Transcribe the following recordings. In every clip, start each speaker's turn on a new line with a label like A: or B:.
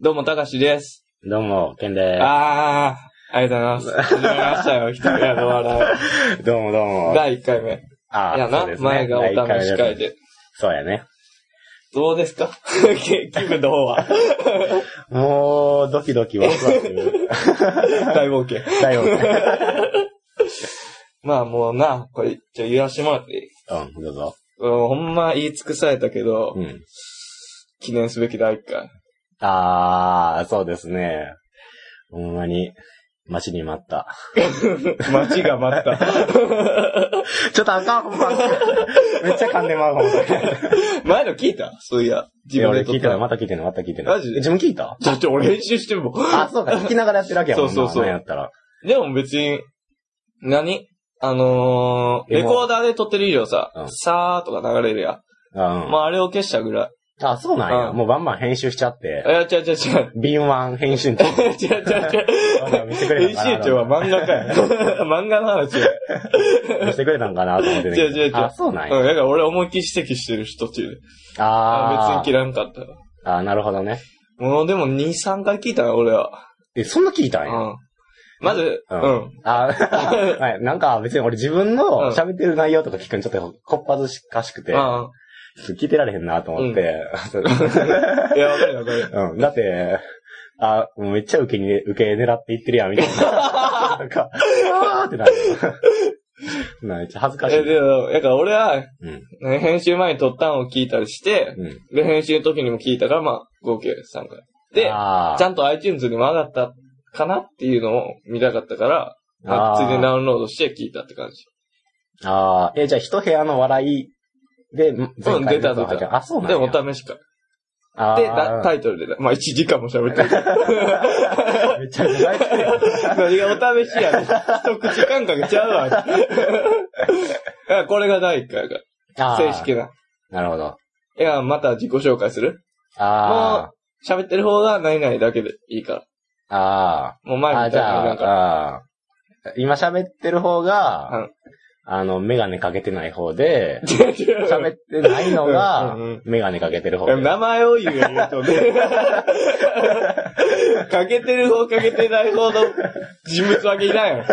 A: どうも、たかしです。
B: どうも、ケンで
A: あー、ありがとうございます。始まりました よ、一人やの笑
B: す。どうもどう
A: い。
B: も。
A: 第1回目。
B: あ
A: いやな、
B: そうですね
A: 前がお試し会。で。
B: そうやね。
A: どうですか 結局どうは
B: もう、ドキドキワクワク。
A: 大冒険。
B: だよね。
A: まあもうな、これ、ちょ、言わしてもらっていい
B: うん、どうぞ。
A: うんほんま言い尽くされたけど、
B: うん。
A: 記念すべき第1回。
B: あー、そうですね。ほんまに、待ちに待った。
A: 街が待 った。
B: ちょっとあかん、ほんま。めっちゃ噛んでまう、ほんまに。
A: 前の聞いたそういや、自
B: いや
A: 分
B: 俺
A: で撮
B: 聞
A: っ
B: いてない、
A: た。
B: また聞いてない、また聞いてない。
A: マジで
B: 自分聞いた
A: だって俺練習しても。
B: あ、そうか、聞きながらやってるわけやもんな。
A: そうそうそう
B: なんやったら。
A: でも別に、何あのー、
B: で
A: レ
B: も
A: コーダーで撮ってる以上さ、
B: うん
A: さーとか流れるやん。
B: うん。
A: まああれを消したぐらい。
B: あ、そうなんや。
A: うん
B: もうバンバン編集しちゃって
A: あ、い。や、違う違う違う。
B: 敏腕編集長。
A: 違う違う違う。
B: 見せてくれへん
A: 編
B: かな
A: 集長は漫画家や。 漫画の話や。
B: 押してくれたんかなと思ってね。
A: 違う違う違う
B: あ、そうなんや。
A: うん、だから俺思いっきり指摘してる人中で。
B: あ
A: あ
B: あ。
A: 別に切らんかったわ
B: あーなるほどね。
A: もうでも2、3回聞いたな、俺は。
B: え、そんな聞いうたんや。
A: ん。まず、う
B: うん
A: ん。
B: あーはい。なんか別に俺自分
A: うん
B: の喋ってる内容とか聞くのちょっとこっぱずかしくて、
A: あ
B: 聞いてられへんなと思って。
A: あ。いや、わかるわか る。
B: うん。だって、あ、もうめっちゃ受けに、受け狙っていってるやん、みたいな。なんか、あーってなる。 なめっちゃ恥ずかし
A: え、
B: い。
A: でも、だから俺は、
B: うん。
A: ね編集前に撮ったのを聞いたりして、
B: うん。
A: で、編集の時にも聞いたから、まあ、合計3回。で、
B: あ
A: ちゃんと iTunes にも上がったかなっていうのを見たかったから、あ
B: あー
A: ついでにダウンロードして聞いたって感じ。
B: ーあー。え、じゃあ一部屋の笑いで、前回のやつを
A: うん出た出た
B: あ、そうなん
A: で
B: や。
A: も、お試しか。
B: あー
A: で、だタイトルでだ、まあ、1時間も喋って る。
B: めっちゃめちゃ大好きやん
A: 何がお試しやねん。一口感覚ちゃうわ。 だからこれが第1回が、
B: あー
A: 正式な。
B: なるほど。
A: いや、また自己紹介する
B: あ
A: 喋ってる方が何々だけでいいから。
B: あ。あ
A: もう
B: あ。
A: 前
B: あ
A: み
B: じ
A: たいに
B: ゃ
A: なん か、
B: あ、あー今喋ってる方が、
A: うん、
B: あの、メガネかけてない方で
A: 違う違う
B: 喋ってないの
A: う
B: が
A: んうんうん、
B: メガネかけてる方で。
A: 名前を言うよ、言うと ね。かけてる方、かけてない方の人物分けいないよ。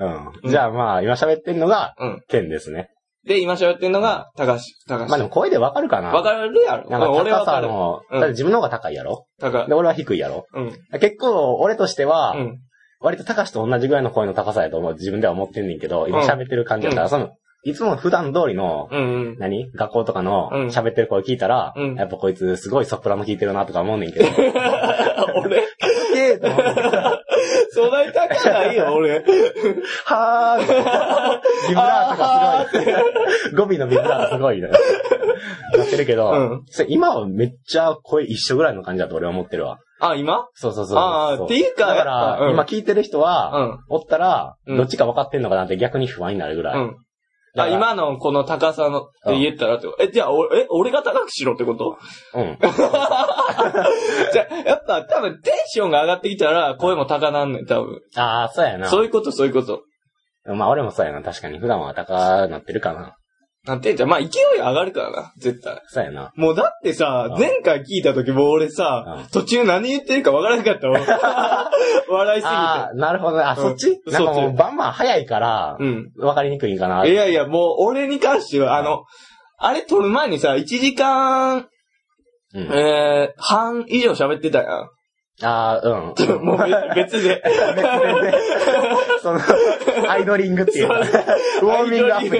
B: うん。じゃあまあ、今喋ってるのが、
A: うん。
B: ケンですね。
A: で、今喋ってるのが、高橋、高
B: まあ
A: 橋。
B: でも声でわかるかな
A: わかるやろ。
B: なんか
A: 俺わ
B: 高
A: か
B: さ
A: る。
B: の、
A: うん
B: だって自分の方が高いやろ
A: 高い
B: で、。俺は低いやろ
A: うん。
B: 結構、俺としては
A: う、ん。
B: 割と高しと同じぐらいの声の高さやと思う、自分では思ってんねんけど、今喋ってる感じやったら、
A: う
B: その、いつも普段通りの、
A: うんうん。
B: 何学校とかの
A: うん
B: 喋ってる声聞いたら、
A: うん
B: やっぱこいつすごいソプラノ聞いてるなとか思うねん けど。
A: 俺
B: ええと思って
A: そない高ないよ、俺。
B: はーって ビブラートがすごい。語尾のビブラートすごいね。なってるけど、
A: うん
B: それ今はめっちゃ声一緒ぐらいの感じだと俺は思ってるわ。
A: あ、今
B: そうそうそう。
A: ああ、
B: そ
A: っ
B: う
A: ていうか、
B: だか
A: やっぱ
B: ら、今、聞いてる人は、
A: うん。
B: おったら、
A: うん
B: どっちか分かってんのかなって逆に不安になるぐら
A: う
B: い。
A: ん。
B: だか
A: あ、
B: ら
A: 今のこの高さのって言ったらってことえ、じゃあ、おえ、俺が高くしろってこと
B: うん。
A: じゃあ、やっぱ多分テンションが上がってきたら声も高なんねん、多分。
B: ああ、そうやな。
A: そういうこと、そういうこと。
B: まあ俺もそうやな。確かに普段は高なってるかな。
A: なんていうんじゃん、まあ勢い上がるからな、絶対。
B: そうやな。
A: もうだってさ
B: う、ん
A: 前回聞いた時もう俺
B: う
A: さ
B: ん、
A: 途中何言ってるかわからなかった わ。笑いす
B: ああ、なるほどね。
A: う
B: あ、
A: ん
B: そっち
A: そっち
B: なんかもうバンバン早いから
A: ぎ、て。
B: わかりにくいんかな
A: うん。。いやいや、もう俺に関しては、あの、あれ撮る前にさ、1時間、
B: うん。
A: えー、半以上喋ってたや
B: ああ、うん。
A: ん。もう別別で。
B: その、アイドリングっていうか。ウォーミングアップ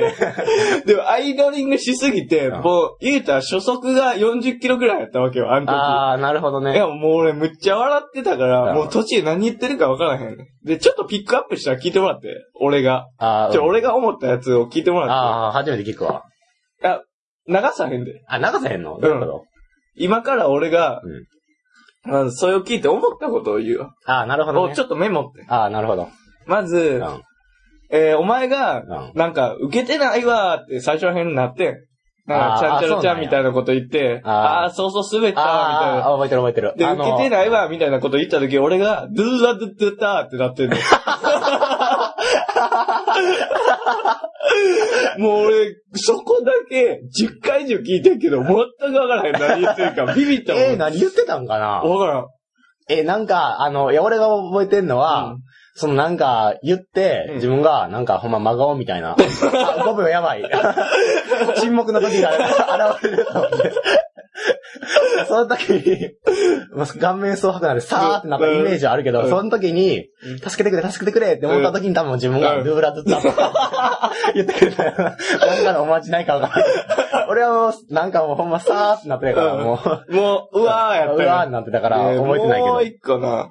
B: で。
A: でもアイドリングしすぎて、
B: うん
A: もう、言うたら初速が40キロぐらいやったわけよ、あの時。
B: ああ、なるほど
A: い
B: ね
A: や、。もう俺むっちゃ笑ってたか
B: う
A: ら、
B: ん
A: もう途中何言ってるか分からへん。で、ちょっとピックアップしたら聞いてもらって、俺が。
B: あ
A: ち
B: ー
A: ょ、俺が思ったやつを聞いてもらっ
B: あー、初めて聞くわ。
A: て。あ、流さへんで。
B: あ、流さへんのどういうこと
A: 今から俺が、
B: うん
A: まずそれを聞いて思ったことを言うわ。
B: ああ、なるほど
A: お
B: ね
A: ち。ょっとメモって。
B: ああ、なるほど。
A: ま
B: う
A: ず
B: ん。、う
A: えーお前が、
B: ん。
A: なんか、受けてないわーって最初の辺になって、なんか、
B: あー
A: ちゃんちゃらちゃ
B: あそうなん
A: ん
B: や
A: みたいなこと言って、
B: あー
A: ああー、そうそう滑ったーみたい
B: あ
A: な。
B: あ、覚えてる覚えてる。
A: で、
B: あ
A: 受
B: の
A: けて ないわ、みたいなこと言った時、俺が、ドゥーダドゥッドゥッダーってなってんの。もう俺、そこだけ10回以上聞いてんけど、全くわからへん。何言ってるか。ビビったもん。
B: えー、何言ってたんかな
A: わからん。
B: えー、なんか、あの、いや、俺が覚えてんのは、
A: うん
B: そのなんか、言って、
A: うん
B: 自分が、なんか、ほんま真顔みた いな。あ5秒やばい。 沈黙の時が現れると思って。その時に、まあ顔面蒼白なんで、さーってなんかイメージはあるけど、
A: うん
B: その時に
A: うん、
B: 助けてくれ、助けてくれって思った時に多分自分が
A: うん
B: ルーラーずっ と言ってくれたよな。なんかのお待ちないかわからない。俺はもう、なんかもうほんまさーってなってるから、
A: うん
B: もう、
A: もう、うわーやった
B: う
A: よ
B: わーってなってたから、
A: えー
B: 覚えてないけど。
A: もう一個な。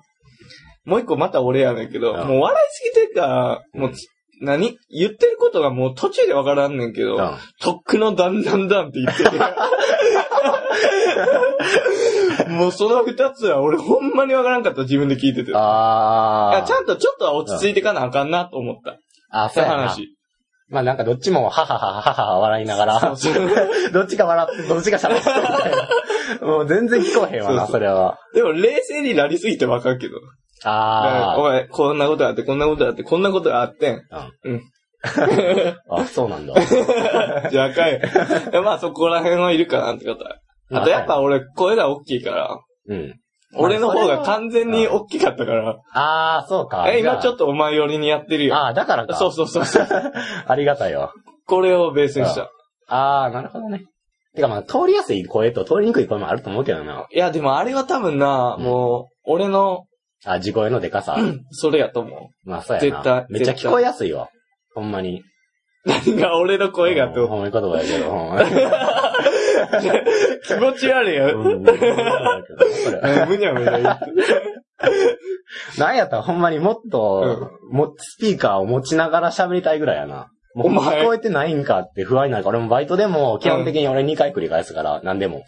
A: もう一個また俺やねんけど、
B: うん
A: もう笑いすぎてるから、もうつ、何言ってることがもう途中でわからんねんけど、
B: うん
A: とっくのだんだんだんって言って て。もうその二つは俺ほんまにわからんかった自分で聞いてて。
B: あ
A: あ
B: ー。
A: ちゃんとちょっとは落ち着いてかなあかんなと思った。
B: あ、
A: そ
B: そう
A: ういう
B: やな。
A: 話。
B: まあなんかどっちも、ははははははは笑いなが
A: そう
B: ら、
A: そう
B: どっちが笑って、どっちが喋ってみたい な。もう全然聞こえへんわ
A: そう
B: な、
A: そう
B: それは。
A: でも冷静になりすぎてわかるけど。
B: あ
A: お前、こんなことあって、こんなことあって、こんなことあってん。
B: あ。
A: うん
B: あ、そうな んだ。
A: じゃあかい。まあそこら辺はいるかなって方。あとやっぱ俺声が大きいから、
B: うん。
A: 俺の方が完全に大きかったから、
B: あー、そうか。
A: え、今ちょ
B: っ
A: っとお前寄りにやってるよ。
B: あー、だからか。
A: そうそうそうそう。
B: ありがたいわ。
A: これをベースにした。
B: あー、なるほどね。てかまあ、通りやすい声と通りにくい声もあると思うけどな。
A: いやでもあれは多分な、もう、俺の、
B: あ、地声のでかさ。
A: それやと思う。
B: まあ、そうや
A: 絶
B: な。
A: 対
B: めっちゃ
A: 絶
B: 聞
A: 対
B: こえやすいわ。ほんまに。
A: 何が俺の声がって
B: うん
A: 思う。
B: ほんまに言葉やけ ど。ほんまに
A: 気持ち悪いよ。
B: うんそうやけどそれ
A: むにゃむにゃ言って。
B: なんやったらほんまにもっと、も、スピーカーを持ちながら喋りたいぐらいやな。もう
A: お前
B: 聞こえてないんかって不安になるから、俺もバイトでも基本的に俺2回繰り返すから、何でも。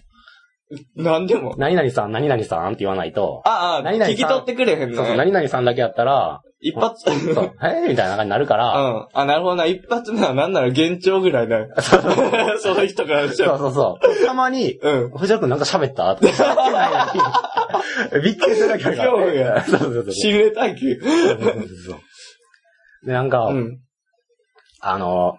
A: 何でも。
B: 何々さん、何々さんって言わないと、
A: ああ、
B: 何々さん
A: 聞き取ってくれへんの
B: そうそう、何々さんだけやったら、
A: 一発。
B: そう、えーみたいな感じになるか
A: う
B: ら、
A: ん。あ、なるほどな。一発目はなんなら幻聴ぐらいだ よ。 その人からしちゃ
B: そう
A: う。
B: そうそう。たまに、
A: うん。
B: 藤原くんなんか喋ったとか喋ってないのにびっくりするだけだから。
A: 恐怖や
B: そうそうそうそ
A: 心霊耐久。
B: う。そうそうそうで、なんか、
A: うん。
B: あの、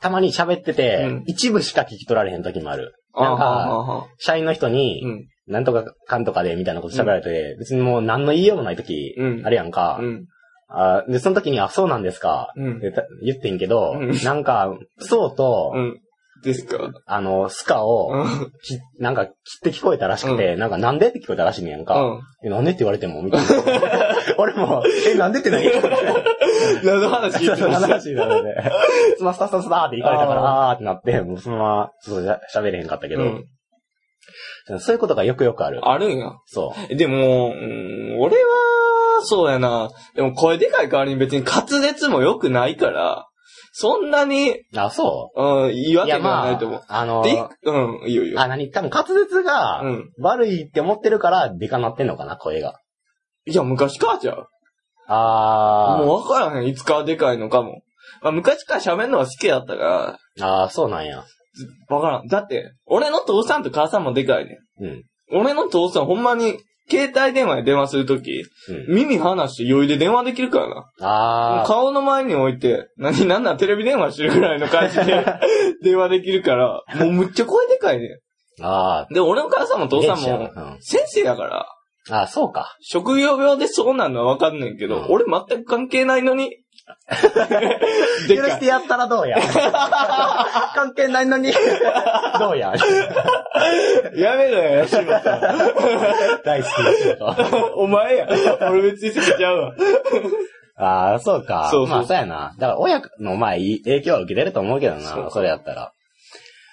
B: たまに喋ってて、
A: うん
B: 一部しか聞き取られへん時もある。
A: あ
B: なん
A: はあ
B: か、
A: はあはあ
B: 社員の人に、
A: うん。
B: なんとかかんとかでみたいなこと喋られて、別にもう何の言いようもない時、
A: うん
B: あれやんか、
A: うん。
B: あ。で、その時に、あ、そうなんですか。
A: うん
B: でた言ってんけど、
A: うん
B: なんか、そうと、
A: うん。ですか。
B: あの、スカ
A: う
B: を、
A: ん。
B: きなんか、切って聞こえたらしくて、なんか、なんでって聞こえたらしいねやんか。
A: うん。
B: え、なんでって言われても、みたいな。 俺も、え、なんでって何
A: 何の話言って
B: そう、
A: ました
B: 話になるね。スマスタスタスタって行かれたから、あーってなって、もうそのまま、そうじゃ喋れへんかったけ
A: う
B: ど、
A: ん。
B: そういうことがよくよくある。
A: あるんや。
B: そう。
A: でも、うん、俺は、そうやな。でも声でかい代わりに別に滑舌も良くないから、そんなに、
B: あ、そ
A: うん、言いう
B: い
A: 訳
B: や、
A: が
B: ま
A: ない
B: あ
A: と思う。、
B: あの、
A: で、うん、いいよいいよ。
B: あ、何多分滑舌が
A: う、ん。
B: 悪いって思ってるから、でかなってんのかな、声が。
A: いや、昔からじゃう。
B: あー。
A: もう分からへん。いつかはでかいのかも。まあ、昔から喋るのは好きだったか
B: あー、そうなんや。
A: ら、分からん。だって、俺の父さんと母さんもでかいね
B: うん。
A: ん。俺の父さんほんまに、携帯電話で電話するとき、
B: うん。
A: 耳離して余裕で電話できるからな。もう
B: あ
A: 顔の前に置いて、何なんなんテレビ電話してるぐらいの感じで 電話できるから、もうむっちゃ声でかいね。
B: ー。あ
A: で、俺の母さんも
B: ー。
A: 父さん
B: 原始や
A: も
B: なうん
A: 先生やから、
B: あー、そうか。
A: 職業病でそうなのはわかんねんけど、
B: うん
A: 俺全く関係ないの に。
B: 許
A: でか
B: し
A: い
B: てやったらどうや。 関係ないのに。どうや。
A: やめろよ、吉本さん。
B: 大好きな仕事。
A: お前や。俺別に好きちゃうわ。
B: ああ、そうか。
A: そうそう
B: まあ、そうやな。だから、親の、まあ、いい影響は受けてると思うけどな、
A: そう
B: それやったら。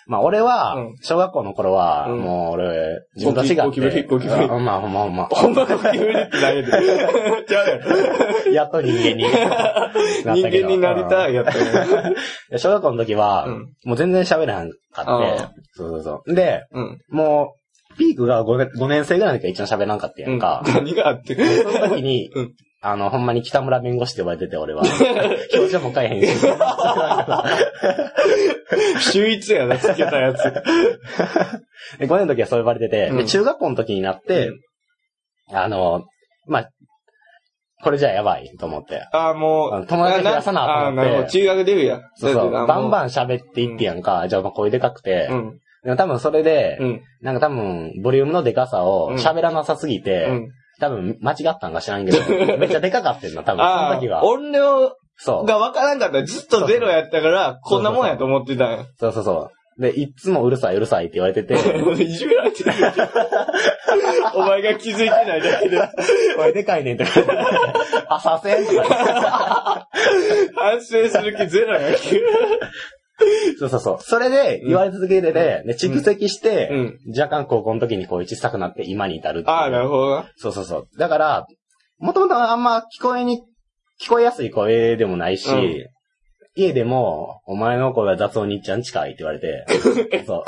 B: まあ、俺は
A: うん、
B: 小学校の頃は、
A: うん
B: もう俺、自分と違
A: ゴキブ
B: って。
A: リゴキブリ
B: あまあ、ほんまほんま。
A: ほんまゴキブリってないで。 ちゃう
B: やっと人間になった
A: やん。人
B: けど。
A: 間になりたいやったよ。
B: うん小学校の時は、
A: うん
B: もう全然喋らへんか
A: あ
B: って。そうそうそう。で、
A: うん。
B: もう、ピークが 5, 年生ぐらいの時は一番喋らんかったや
A: うんん。
B: か。
A: 何があって。
B: その時 に、
A: うん
B: あの、ほんまに北村弁護士って呼ばれてて、 俺は。表情も変えへんし。
A: 秀逸やな、つけたやつ。
B: で、5年の時はそう呼ばれてて、
A: うん
B: で中学校の時になって、あの、まあ、これじゃやばいと思って。
A: ああ、も
B: あの
A: う。
B: 友達増やさな
A: あ
B: あ
A: あ
B: か
A: ー、
B: ん
A: な
B: と
A: るほ
B: 思っ
A: ど。
B: て。
A: 中学デビューや。
B: そうそう。バン
A: ン。
B: バン喋っていってやんか。じゃあ、まあ声でかくて。
A: うん。
B: でも多分それで、
A: うん。
B: なんか多分、ボリュームのでかさを
A: うん
B: 喋らなさすぎて、
A: うん。
B: 多分間違ったんか知らん けど、めっちゃでかかってんな、多分、そ
A: あ
B: の時は
A: あ、。音量
B: そう。
A: がわからんかったらずっとゼロやったから、こんなもんやと思ってたんや。
B: そうそうそう。で、いっつもうるさいうるさいって言われてて、
A: いじめられてる。お前が気づいてないだけで。
B: おい、でかいねんって。あ、させん とか。
A: 反省する気ゼロやけ。
B: そうそうそう。それで、言われ続けてて、で、蓄積して、
A: うん。
B: 若干高校の時にこう小さくなって今に至るっていう
A: ああ、なるほどな。
B: そうそうそう。だから、もともとあんま聞こえに、聞こえやすい声でもないし、
A: うん
B: 家でも、お前の声は雑音にっちゃん近いって言わ れて、そう。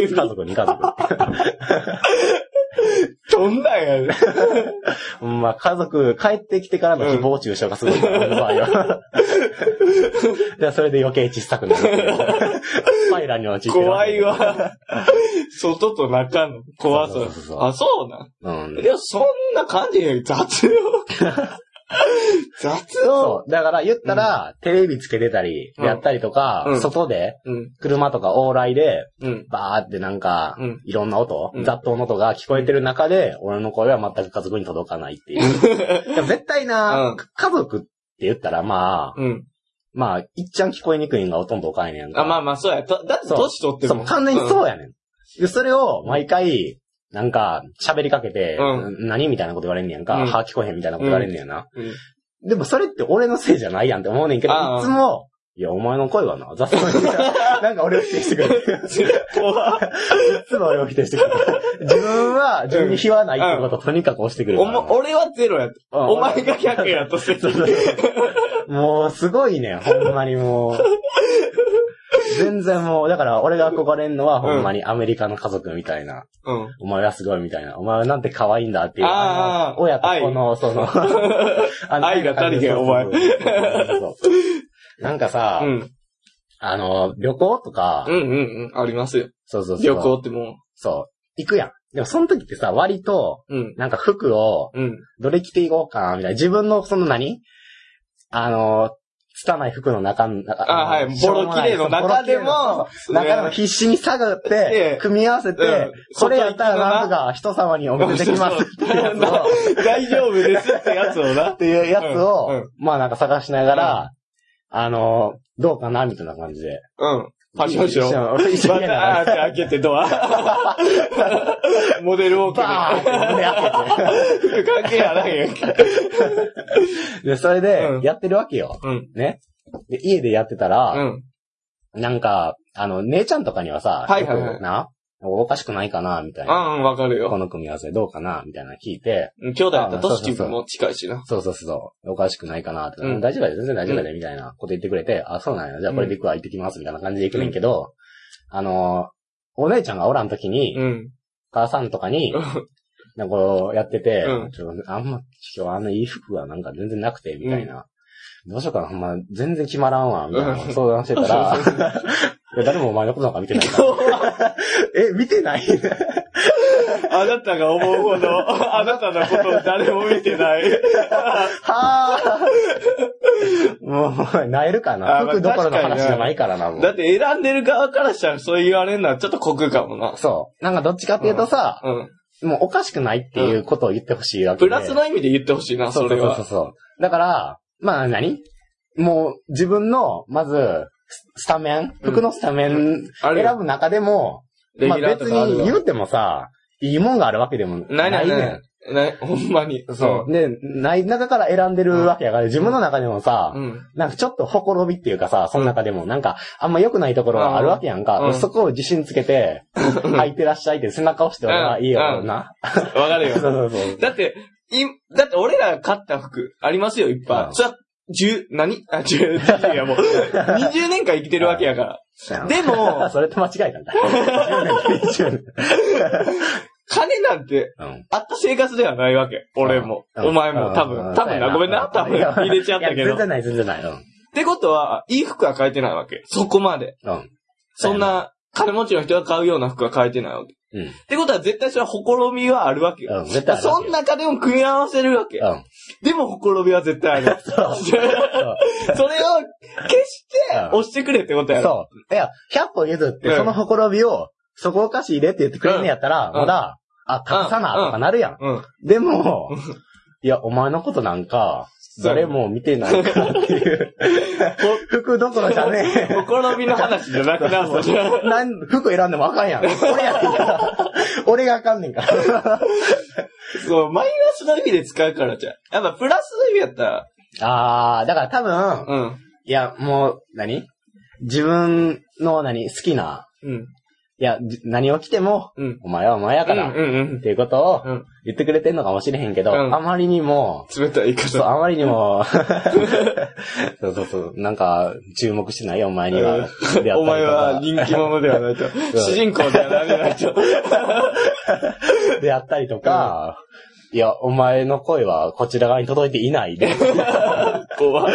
A: 家
B: 家
A: 族
B: 族に家族。
A: 飛んだんやね。
B: うんまあ家族、帰ってきてからの誹謗中傷がすごい、俺の場 合は。でそれで余計小さくなるって いう。スパイラルに陥ってる
A: 怖
B: け
A: い。わ。外と中の怖さ
B: そうそうそうそう。
A: あ、そうなん。
B: うん。
A: でもそんな感じやよ。雑 用。雑用。
B: そう。だから言ったら、テレビつけてたり、やったりとか、
A: うん
B: 外で、
A: うん。
B: 車とか往来で、
A: うん。
B: バーってなんか
A: うん、
B: いろんな音、
A: うん
B: 雑踏の音が聞こえてる中で、俺の声は全く家族に届かないっ ていう。でも絶対な、
A: うん
B: 家族って言ったらまあ、
A: うん。
B: まあ、いっちゃん聞こえにくいんがほとんどおかんやんか。
A: あ、まあまあ、そうや。とだって
B: そう
A: 年取ってる
B: そう
A: もん。
B: 完全に
A: う
B: そうやねん。で、それを毎回、なんか、喋りかけて、
A: う
B: 何みたいなこと言われんねやんか、
A: うん
B: はあ聞こえへんみたいなこと言われんねやな。
A: ん。うん
B: でもそれって俺のせいじゃないやんって思うねんけど、
A: ああ
B: いつも、いや、お前の声はな、雑音 やなんか俺を否定してくれる。
A: 怖っ
B: いつも俺を否定してくる。自分は、自分に非はないってことをとにかく押してくるか
A: お
B: らな。
A: も俺はゼロやと。
B: うん
A: お前が100やとせ
B: そうそうそうもう、すごいね、ほんまにもう。全然もう、だから俺が憧れんのは、ほんまにアメリカの家族みたいな。
A: うん。
B: お前はすごいみたいな。お前はなんて可愛いんだっていう。
A: あー
B: あの親とこの、その、 あの
A: 愛が足りへんお前
B: そうそうそうそうなんかさ、
A: うん。
B: あの、旅行とか、
A: うんうんうん。ありますよ。
B: そうそうそう。
A: 旅行。っても
B: そう。行くやん。でもその時ってさ、割と、
A: う。うん。
B: なんか服を、
A: うん。
B: どれ着ていこうかな、みたいな。自分の、その何あの、拙い服の中の、
A: あはい
B: しょうもない
A: ボロ綺麗の中でも
B: そう中でも必死に探って
A: ええ、
B: 組み合わせ
A: うん
B: て、これやったらなんとか人様にお見せできますっていうやつを、
A: 大丈夫ですってやつをな
B: っ。ていうやつを、
A: うんうん
B: まあなんか探しながら、あの、どうかなみたいな感じで。
A: うん。パションしよう。
B: 俺一緒
A: ま
B: にや
A: た、あーっ
B: な
A: て開けてドア。 モデルウォー
B: バー
A: ク
B: ンって胸開け
A: で。関係あらへんやんけ。
B: て。で、それで
A: うん、
B: やってるわけよ。
A: うん。
B: ね。で、家でやってたら、
A: うん。
B: なんか、あの、姉ちゃんとかにはさ、
A: はいはいはい
B: よくな、おかしくないかな、みたいな。
A: うん、わかる
B: こ
A: よ。
B: の組み合わせどうかな、みたいなの聞いて、
A: 兄弟だったら
B: あーそ
A: ト
B: うそうそう
A: シ君も近いしな。
B: そうそうそうそう、おかしくないかな、とか、
A: うん
B: 大丈夫だよ、全然大丈夫だよ、みたいなこと言ってくれて、あ、そうなんや、じゃあこれで行くわ、行ってきます、みたいな感じで行くねんけど、あの、お姉ちゃんがおらんときに、
A: うん。
B: 母さんとかに
A: うん、
B: なんかこうやってて、
A: うん
B: ちょっとあんま、今日あのいい服がなんか全然なくて、みたいな。どうしようかな、ほんま、全然決まらんわ、みたいな
A: うん
B: 相談して たら、いや誰もお前のことなんか見てないから。え、見てない
A: あなたが思うほ ど、あなたのことを誰も見てない。
B: はぁもう、萎えるか
A: あ
B: な。
A: まあ
B: 服どころの話じゃないからな、も
A: だっ
B: う。
A: て選んでる側からしたらそう言われるのはちょっと酷かもな。
B: そう。なんかどっちかっていうとさ、
A: うん。
B: もうおかしくないっていうことを言ってほしいわけで。
A: プラスの意味で言ってほしいな、それは。
B: そうそうそうそう。だから、まあ何もう自分の、まず、ススタメン
A: うん
B: 服のスタメン
A: あるよ
B: 選ぶ中でも、
A: レギ
B: まあ
A: ュラーと
B: 別
A: かある
B: に
A: わ
B: 言うてもさ、いいもんがあるわけでもな
A: ない
B: い
A: ない
B: ねん。
A: ない。ない、ほんまに。
B: そう。で、ない中から選んでるわけやから、自分の中でもさ、
A: うん。
B: なんかちょっとほころびっていうかさ、その中でもなんか、あんま良くないところがあるわけやんか。
A: うん
B: そこを自信つけて、履いてらっしゃいって背中押して俺は
A: うん
B: いいよな。
A: わかる
B: そう
A: よ。
B: そうそう。
A: だって、い、だって俺ら買った服、ありますよ、いっぱ
B: うん、
A: い。それは、十、何あ、十、20やもう。20年間生きてるわけやから。でも
B: それと間違 えたんだ。10年、20年。
A: 金なんて、
B: うん。
A: あった生活ではないわけ。俺も。
B: うん
A: お前
B: う
A: も、
B: ん
A: 多分。多分
B: そうや
A: な、ごめんな、多分。
B: いや
A: 入れちゃったけ
B: いや
A: ど。
B: 全
A: っ
B: 然ない、全然ない。うん。
A: てことは、いい服は買えてないわけ。そこまで。
B: うん。
A: そんな、金持ちの人が買うような服は買えてないわけ。
B: うん
A: ってことは絶対それはほころびはあるわけよ。
B: うん絶対あるわけよ
A: そん中でも組み合わせるわけ。
B: うん。
A: でもほころびは絶対ある。 それを消して
B: うん
A: 押してくれってことやろ。
B: そう。いや、100歩譲って、
A: うん
B: そのほころびを、そこおかし入れって言ってくれんねやったら、
A: うん
B: まだ、あ、隠さな、とかなるやん。
A: う。うん。
B: でも、 いや、お前のことなんか、
A: そう
B: 誰も見てないからっていう。 服どころじゃね え。
A: ほころびの話じゃなくなる。それは
B: なん服選んでもあかんやん。俺やね んから。俺があかんねんから。
A: そう、マイナスの意味で使うからじゃん。やっぱプラスの意味やったら、
B: あー、だから多分、
A: うん。
B: いや、もう、何自分の何好きな、
A: うん。
B: いや、じ何を着ても、
A: うん。
B: お前はお前やから、
A: うん
B: っ
A: うんうん
B: ていうことを
A: うん
B: 言ってくれてんのかもしれへんけど、
A: うん
B: あまりにも、
A: 冷たい言い
B: そう、
A: 方。
B: あまりにも、 そうそうそう、なんか、注目してないよ、お前には。
A: うん
B: であったりとか
A: お前は人気者では ないと。主人公ではなれないと。
B: であったりとか、いや、お前の声はこちら側に届いていない で、って
A: 怖い。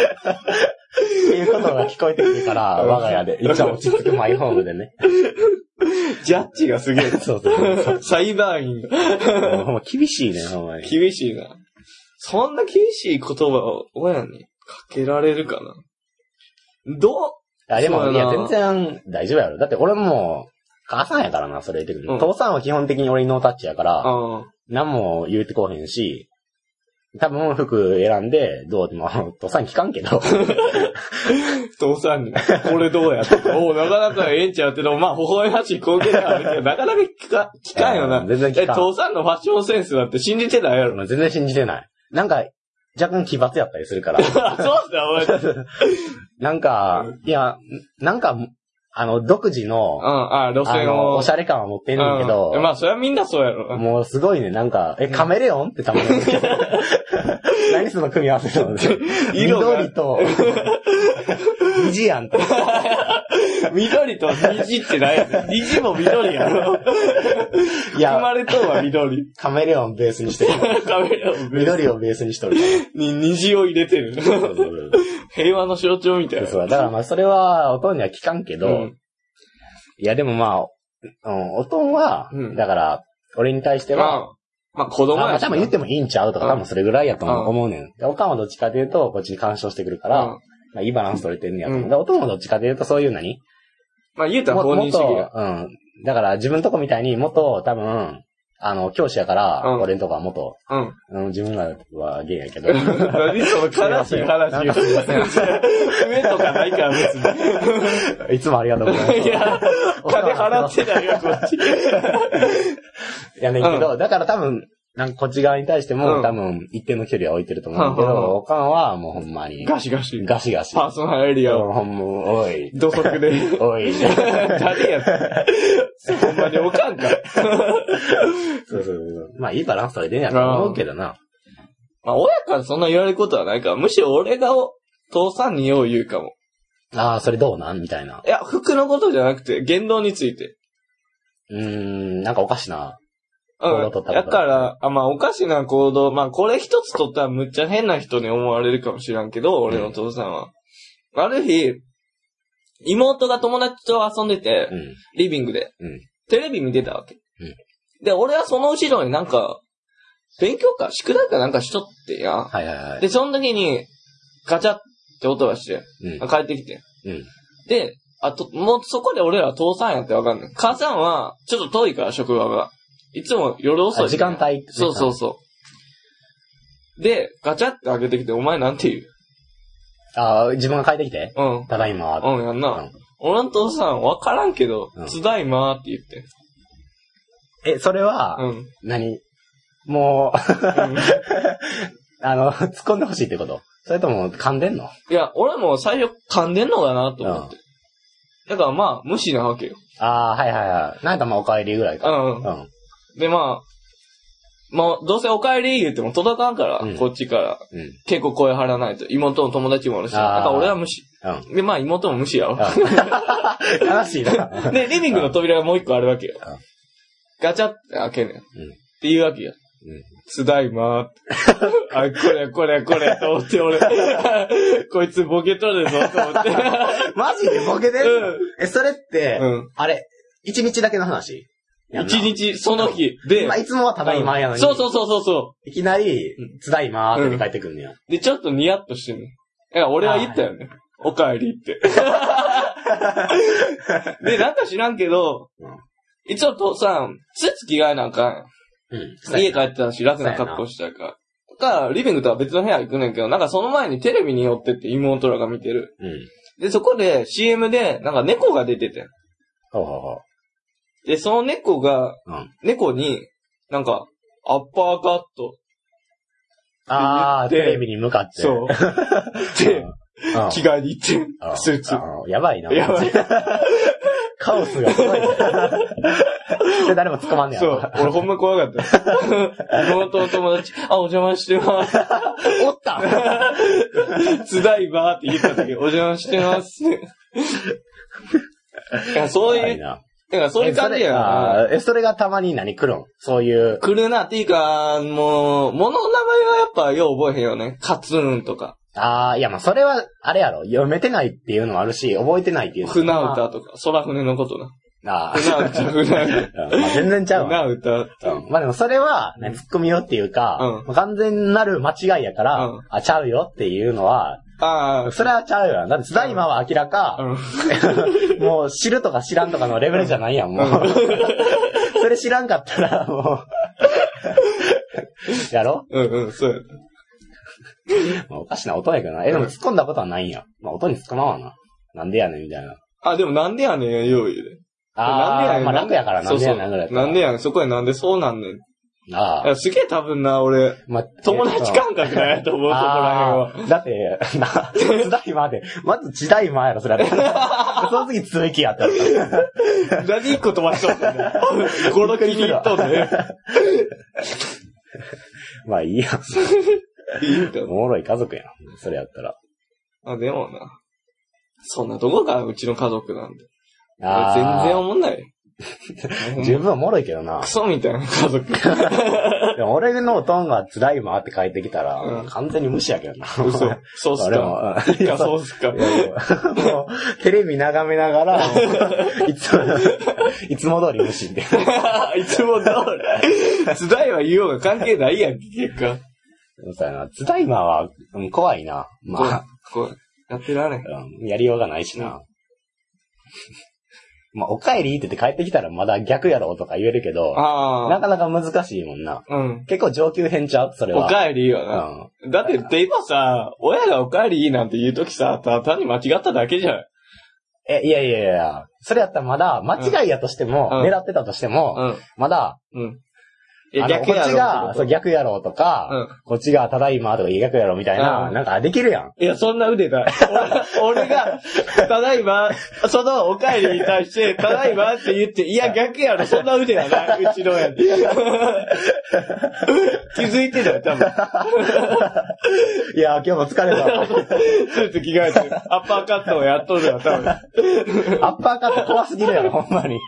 B: いうことが聞こえてくるから、
A: うん
B: 我が家で、いつも落ち着くマイホームでね。
A: ジャッジがすげえ。
B: そうそうそう。
A: 裁判員が。
B: もうほんま厳しいね、ほんまに。
A: 厳しいな。そんな厳しい言葉を親にかけられるかな。どう
B: あ、で
A: そ
B: も、
A: う
B: い
A: だ
B: や、
A: な
B: 全然大丈夫やろ。だって俺も、母さんやからな、それ言ってくる。
A: うん
B: 父さんは基本的に俺にノータッチやから、
A: ああ。
B: 何も言うてこうへんし、多分服選んで、どうでも、父さん聞かんけど。
A: 父さんに、これどうや って。おうなかなかええんちゃうけど、まあ、微笑ましい光景だからあるけど、なかなか聞か、聞かんよな。
B: 全然聞
A: え、
B: かん。
A: 父さんのファッションセンスだって信じてないや ろ。
B: 全然信じてない。なんか、若干奇抜やったりするから。
A: あそうだ、お前。うん、
B: なんか、いや、なんか、あの、独自の、
A: あ、路
B: あ
A: 線
B: の、
A: を。
B: おしゃれ感は持ってんねんけど、
A: うんまあ、それはみんなそうやろな。
B: もうすごいね、なんか、え、カメレオンってたまに。 何その組み合わせなの
A: 色が
B: 緑と、ビジアンと。
A: 緑と虹ってないや つ。虹も緑やろ。
B: い
A: 生ま
B: や、
A: れとは緑。
B: カメレオンベースにしてる。
A: カメラをベース
B: 緑をベースにしとる。
A: に虹を入れてる。
B: そうそうそう
A: 平和の象徴みたいな。
B: そうだからまあ、それは、おとんには聞かんけど、
A: うん
B: いや、でもまあ、うん、おとんは、
A: うん
B: だから、俺に対して
A: ま
B: は、
A: あ、まあ、子
B: あ
A: 供
B: ま
A: や
B: あ、多分言ってもいいんちゃうとか、
A: うん
B: 多分それぐらいやと思う
A: うん
B: 思うねん。でおかんはどっちかというと、こっちに干渉してくる
A: か
B: か、
A: ら
B: まあ、いいバランス取れてんねやと思う。
A: うん
B: でおとんはどっちかというと、そういう何
A: まあ、言うたら
B: も
A: 放
B: も
A: 任
B: っ
A: 主義
B: と
A: や。、
B: うん。だから、自分とこみたいに、もっと、多分、あの、教師やから、
A: うん
B: 俺んとこはもっと、
A: うん。
B: うん、自分らはゲイや けど。
A: 何その悲しい話。
B: なんかすいません
A: 上とかないから別に。
B: いつもありがとうございます。
A: いや、金払ってないよ、こっち。
B: やねんけど、だから多分、なんかこっち側に対しても、
A: うん
B: 多分、一定の距離は置いてると思うんだけ
A: うんうんうん
B: ど、おかんはもうほんまに、
A: ガシガシ。
B: ガシガシ。
A: パーソナルエリアを
B: ほんま、おい、
A: 土足で。
B: おい。
A: 誰やつほんまにおか んか。
B: そうそうそう。まあ、いいバランス取れてんやと思うけどな。
A: まあ、親からそんな言われることはないから、むしろ俺がお父さんによう言うかも。
B: ああ、それどうなんみたいな。
A: いや、服のことじゃなくて、言動について。
B: うーん、なんかおかしな。
A: うん
B: 行動取った。ことあ
A: だ
B: る
A: から、あまあ、おかしな行動、まあ、これ一つ取ったらむっちゃ変な人に思われるかもしらんけど、俺のお父さんは。ある日、妹が友達と遊んでて
B: う、ん。
A: リビングで、
B: うん
A: テレビ見てたわけ。
B: うん
A: で、俺はその後ろになんか、勉強か、宿題かなんかしとってや。
B: はいはいはい。
A: で、その時に、ガチャって音がして、
B: うん
A: 帰ってきて。
B: うん。
A: で、あと、もうそこで俺らは父さんやってわかんない。母さんは、ちょっと遠いから、職場が。いつも夜遅
B: あ
A: い。
B: 時間帯ってね
A: そうそうそう。で、ガチャって開けてきて、お前なんて言う
B: ああ、自分が帰ってきて。
A: うん。
B: ただいま。
A: うん、やんな。
B: うん
A: 俺の父さん、わからんけど
B: う、ん
A: つだいまーって言って。
B: え、それは、
A: うん。うん
B: 何もう、 あの、突っ込んでほしいってことそれとも、噛んでんの
A: いや、俺も最初噛んでんのかなと思って。だからまあ、無視なわけよ。
B: ああ、はいはいはい。なんだまあ、お帰りぐらいか。
A: うん。
B: うん。
A: で、まあ、まあ、どうせお帰り言っても届かんから、
B: うん
A: こっちから。
B: うん。
A: 結構声張らないと。妹の友達もおるし。だ
B: あー
A: から俺は無視。
B: うん。
A: で、まあ妹も無視やわ。
B: 悲しいな。
A: で、リビングの扉がもう一個あるわけよ
B: うん。
A: ガチャって開けんねん。っていうわけよ。
B: うん
A: つだいまー って。あ、これこれこれと思って俺、こいつボケとるぞと思 って。
B: マジでボケてんの
A: うん
B: え、それって、
A: うん
B: あれ、一日だけの話やんな
A: 一日、その日。で
B: まあ、、いつもはただいまやのに。
A: そうそうそうそうそ
B: いきなり
A: う、
B: つだいまーって帰ってくんねや。
A: う。で、ちょっとニヤッとしてんの。だから俺は言ったよね。お帰り って。で、なんか知らんけど
B: うん、
A: 一応父さん、スーツ着替えなんかんやん
B: うん。つだい
A: 家帰ってたし、楽な格好したいから。か、リビングとは別の部屋行くねんけど、なんかその前にテレビに寄ってって妹らが見てる。
B: うん。
A: で、そこで CM で、なんか猫が出ててん。
B: ほうほうほ
A: で、その猫が、
B: う。うん。
A: 猫に、なんか、アッパーカット。
B: あー、
A: で
B: テレビに向かって。
A: そう。で、
B: うん。
A: 着替えに行ってん
B: うん、
A: スーツ。
B: うんやばいな。
A: やばい。
B: カオスがす ごいね。で、誰も捕まんねや
A: そ
B: ろ。
A: う。俺ほんま怖 かった。妹の友達、あ、お邪魔してます。
B: お った
A: つだいばーって言った時、お邪魔してます。 いやそう
B: やば
A: い、
B: いうな。
A: だからそういう感じやな。
B: えそれあーえ、それがたまに何来るんそういう。
A: 来るなっていうか、もう、物の名前はやっぱよう覚えへんよね。カツンとか、
B: あー、いや、まあ、それは、あれやろ。読めてないっていうのもあるし、覚えてないっていうのも。
A: 船歌とか、空船のことな。
B: あー
A: 船歌、船歌。
B: うんまあ全然ちゃうわ。
A: 船歌って。
B: うんまあでもそれは、ね、突っ込みよっていうか、
A: うん
B: まあ完全なる間違いやから、
A: うん
B: あ、ちゃうよっていうのは、
A: ああ、
B: それはちゃうよな。だって、ただ今は明ら
A: う
B: か、
A: ん。
B: もう知るとか知らんとかのレベルじゃないやん、もう。 それ知らんかったら、もう。やろ
A: うんうん、そうやっ
B: まあおかしな音やけどな。え、でも突っ込んだことはないんや。まあ音に突っ込まんわな。なんでやねん、みたいな。
A: た。あ、でもなんでやねん、用意で。
B: あー、まあ楽やからな
A: そ
B: ん
A: う
B: で
A: そ
B: や
A: う。
B: ねんぐらいやったら。
A: なんでやねん、そこでなんでそうなんねん。い
B: ああ。
A: やすげえ多分な、俺、
B: まあ、
A: 友達感覚ないと思う、そこら
B: あーだって、な、時代まで、まず時代前やろ、それ は。その次、つみきやった。
A: 辺は。なんで一個飛ばしとんねん。5、6人 行っとんね
B: まあいいや。
A: ん。いいみたい
B: お
A: な。
B: もろい家族やん。それやったら。
A: あ、でもな。そんなとこか、うちの家族なんで。
B: あー
A: 全然思んない。
B: 十分おもろいけどな
A: ク。ソみたいな家族。
B: でも俺のおとんがつらいまって帰ってきたら、
A: うん
B: 完全に無視やけどな。
A: 嘘。そうっす
B: 俺
A: か。
B: も、
A: いや、そうっすか。
B: うんもう、テレビ眺めなが ら、いつも、 いつも通り無視 で。
A: いつも通り。津田は言おうが関係ないやんけ、結果。
B: そうやな。つらいまは、うん怖いな。まあ。
A: こう、やってられん。
B: うんやりようがないしな。まあ、お帰りって言って帰ってきたらまだ逆やろとか言えるけど、な
A: あ
B: かなか難しいもんな。
A: あ。うん。
B: 結構上級編ちゃうそれ
A: お
B: は。
A: 帰りよ
B: う
A: な。
B: ん。
A: だって、で今さ、親がお帰りいいなんて言うときさ、ただ単に間違っただけじゃん。
B: え、いやいやいやそれやったらまだ、間違いやとしても、
A: うん
B: 狙ってたとしても、
A: ん。
B: まだ、
A: うん。い
B: あのこっちが、そう、逆やろうとか、
A: うん
B: こっちがただいまとかいい逆やろみたいな、
A: うん
B: なんかできるやん。
A: いや、そんな腕ない。 俺俺が、ただいま、そのお帰りに対して、ただいまって言って、いや、逆やろ、そんな腕はない、うちのやつ。 気づいてたよ、多分。
B: いや、今日も疲れ た。
A: スーツ着替えて、アッパーカットをやっとるよ、多分。
B: アッパーカット怖すぎるやろ、ほんまに。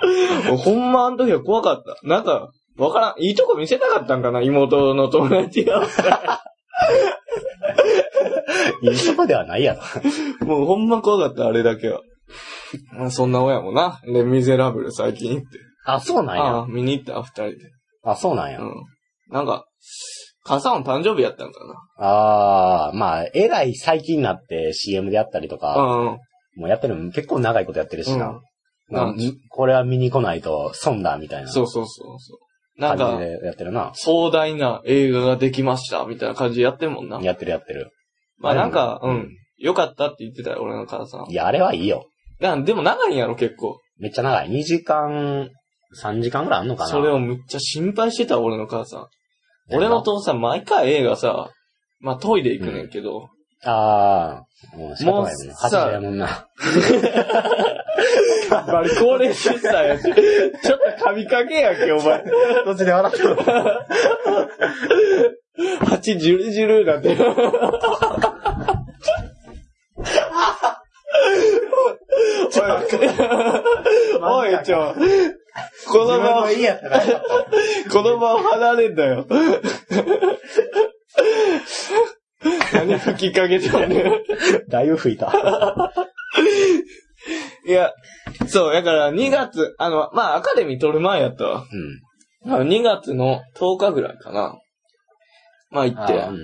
A: ほんま、あの時は怖かった。なんか、わからん。いいとこ見せたかったんかな、妹の友達が。
B: いいとこではないやろ。
A: もうほんま怖かった、あれだけは。まあそんな親もな。で、ミゼラブル最近行って。
B: あ、そうなんや。
A: ああ、見に行った、二人で。
B: あ、そうなんや。
A: うん。なんか、母さんの誕生日やったんか
B: ああ、まあ、えらい最近になって CM でやったりと
A: な。
B: か、
A: うん。
B: もうやってるの結構長いことやってるしな。
A: うん
B: まあ
A: なん
B: みこれは見に来ないと損だみたいな
A: そ
B: 感
A: うそうそうそう。なん
B: じ
A: か、
B: でやってるな。
A: 壮大な映画ができました、みたいな感じでやってんもんな。
B: やってるやってる。
A: まあなんか、
B: う
A: うんん。良かったって言ってたよ、俺の母さん。
B: いや、あれはいいよ。
A: なんでも長いんやろ、結構。
B: めっちゃ長い。2時間、3時間ぐらいあんのかな。
A: それをむっちゃ心配してた、俺の母さん。
B: うん
A: 俺の父さん、毎回映画さ、まあトイレ行くねんけど、
B: ああ、もう仕方ないも
A: も
B: ん
A: う
B: な。
A: さ
B: 走りやもんな。
A: やっぱり高齢出産やし、ちょっと髪かけやんけ、お前。
B: どっちで笑ってる
A: 蜂ジュルジュルなんて。おい、おい、ちょ、子
B: 自分
A: 供
B: の、家やったら。
A: 子供を離れんだよ。何吹きかけてんねん
B: だいぶ吹いた。
A: いや、そう、だから2月、あの、まあ、アカデミー撮る前やったわ。
B: うん。
A: あの2月の10日ぐらいかな。まあ、行って。
B: あーうん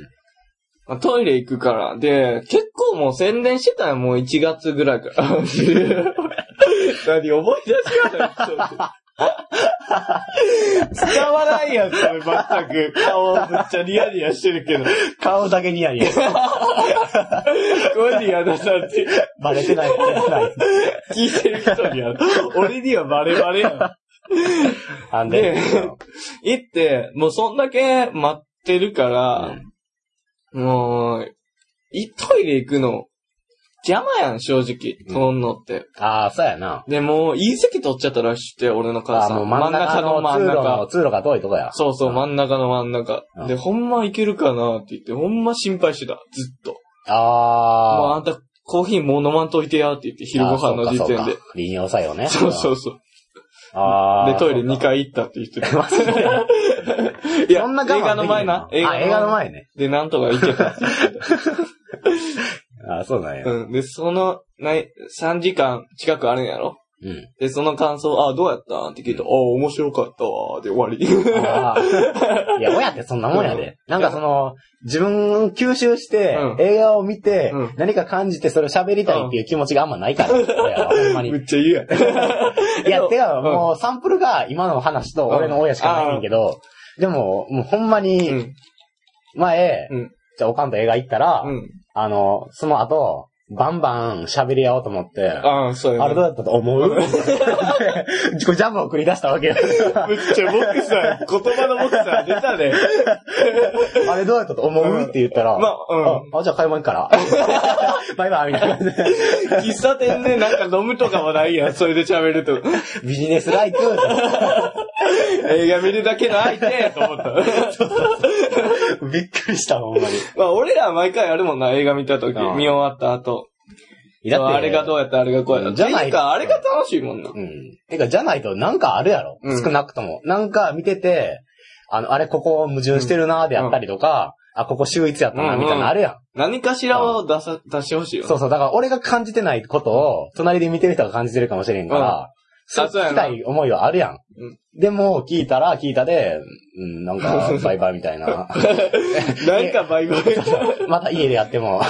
A: まあ、トイレ行くから。で、結構もう宣伝してたよ、もう1月ぐらいから。 何覚え出しがない 使わないやん、それ、全く。顔むっちゃニヤニヤしてるけど。
B: 顔だけニヤニヤ。
A: ゴジアださんって、
B: バレてない、バレてない。
A: 聞いてる人には、俺にはバレバレやん。
B: あん
A: で、行って、もうそんだけ待ってるから、もう、いトイレ行くの、邪魔やん、正直。
B: うん
A: そんのって。
B: ああ、そうやな。
A: で、もう、いい席取っちゃったらしくて、俺の母
B: あー
A: さ。
B: もうん真ん中の
A: 真ん
B: 通路の
A: 中。
B: 通路が遠いとこや。
A: そうそう、真ん中の真ん中
B: う。ん
A: で、ほんま行けるかなって言って、ほんま心配してた、ずっと。もうあ
B: ああ。
A: んた、コーヒーもう飲まんといてやって言って、昼ご飯の時
B: あー
A: 点
B: そうかそう
A: で
B: か。利尿作用ね。
A: そうそうそう。
B: ああ。
A: で、トイレ2
B: 回。
A: 回行ったって言って
B: マジで
A: た。いや、
B: そんな我慢
A: 映画の前な。
B: できんあ、映画の前ね。
A: で、なんとか行けたって言ってた。
B: あ ーそうなんや。
A: うん。で、その、ない、3時間近くあるんやろ
B: うん。
A: で、その感想、あ、どうやったって聞いて、あ、面白かったわ、で終わり。
B: あーいや、親ってそんなもんやで。なんかその、自分吸収して
A: う、ん
B: 映画を見て
A: うん、
B: 何か感じてそれを喋りたいっていう気持ちがあんまないから。俺はほ んまに。
A: めっちゃ言うやん。
B: いや、てか、
A: うん
B: もうサンプルが今の話と俺の親しかないねんけど、でも、もうほんま
A: う
B: に、
A: ん。
B: 前
A: うん、
B: じゃあおかんと映画行ったら、
A: うん。
B: あの、その後、バンバン喋り合おうと思って、あ
A: ああ、そうや
B: れ
A: ね
B: どう。だったと思 う 自己ジャブを繰り出したわけよ。
A: めっちゃボクサー、言葉のボクサー出たね。
B: あれどうだったと思うって言ったら、
A: まあ、うん。
B: あ、じゃあ買い物行くから。 バイバイ、みたいな感じで。
A: 喫茶店でなんか飲むとかはないやん、それで喋ると。
B: ビジネス ライク。
A: 映画見るだけの相手やと思った。
B: びっくりした、ほんまに。
A: まあ、俺らは毎回あるもんな、映画見た時、
B: うん
A: 見終わった後。
B: いやだって
A: あれがどうやった、あれがこうやった。
B: じゃない
A: てか、あれが楽しいもんな。
B: うん。てか、じゃないと、なんかあるやろ。
A: うん
B: 少なくとも。なんか見てて、あの、あれ、ここ矛盾してるなーであったりとか、あ、ここ秀逸やったな、みたいなのあるやん。
A: 何かしらを出さ、出してほしいよな。
B: そうそう。だから、俺が感じてないことを、隣で見てる人が感じてるかもしれんから、そう
A: そうや
B: 聞
A: な
B: きたい思いはあるやん。
A: うん
B: でも、聞いたら聞いたで、うん、なんか、バイバイみたいな。
A: なんかバイバイ。
B: また家でやって も、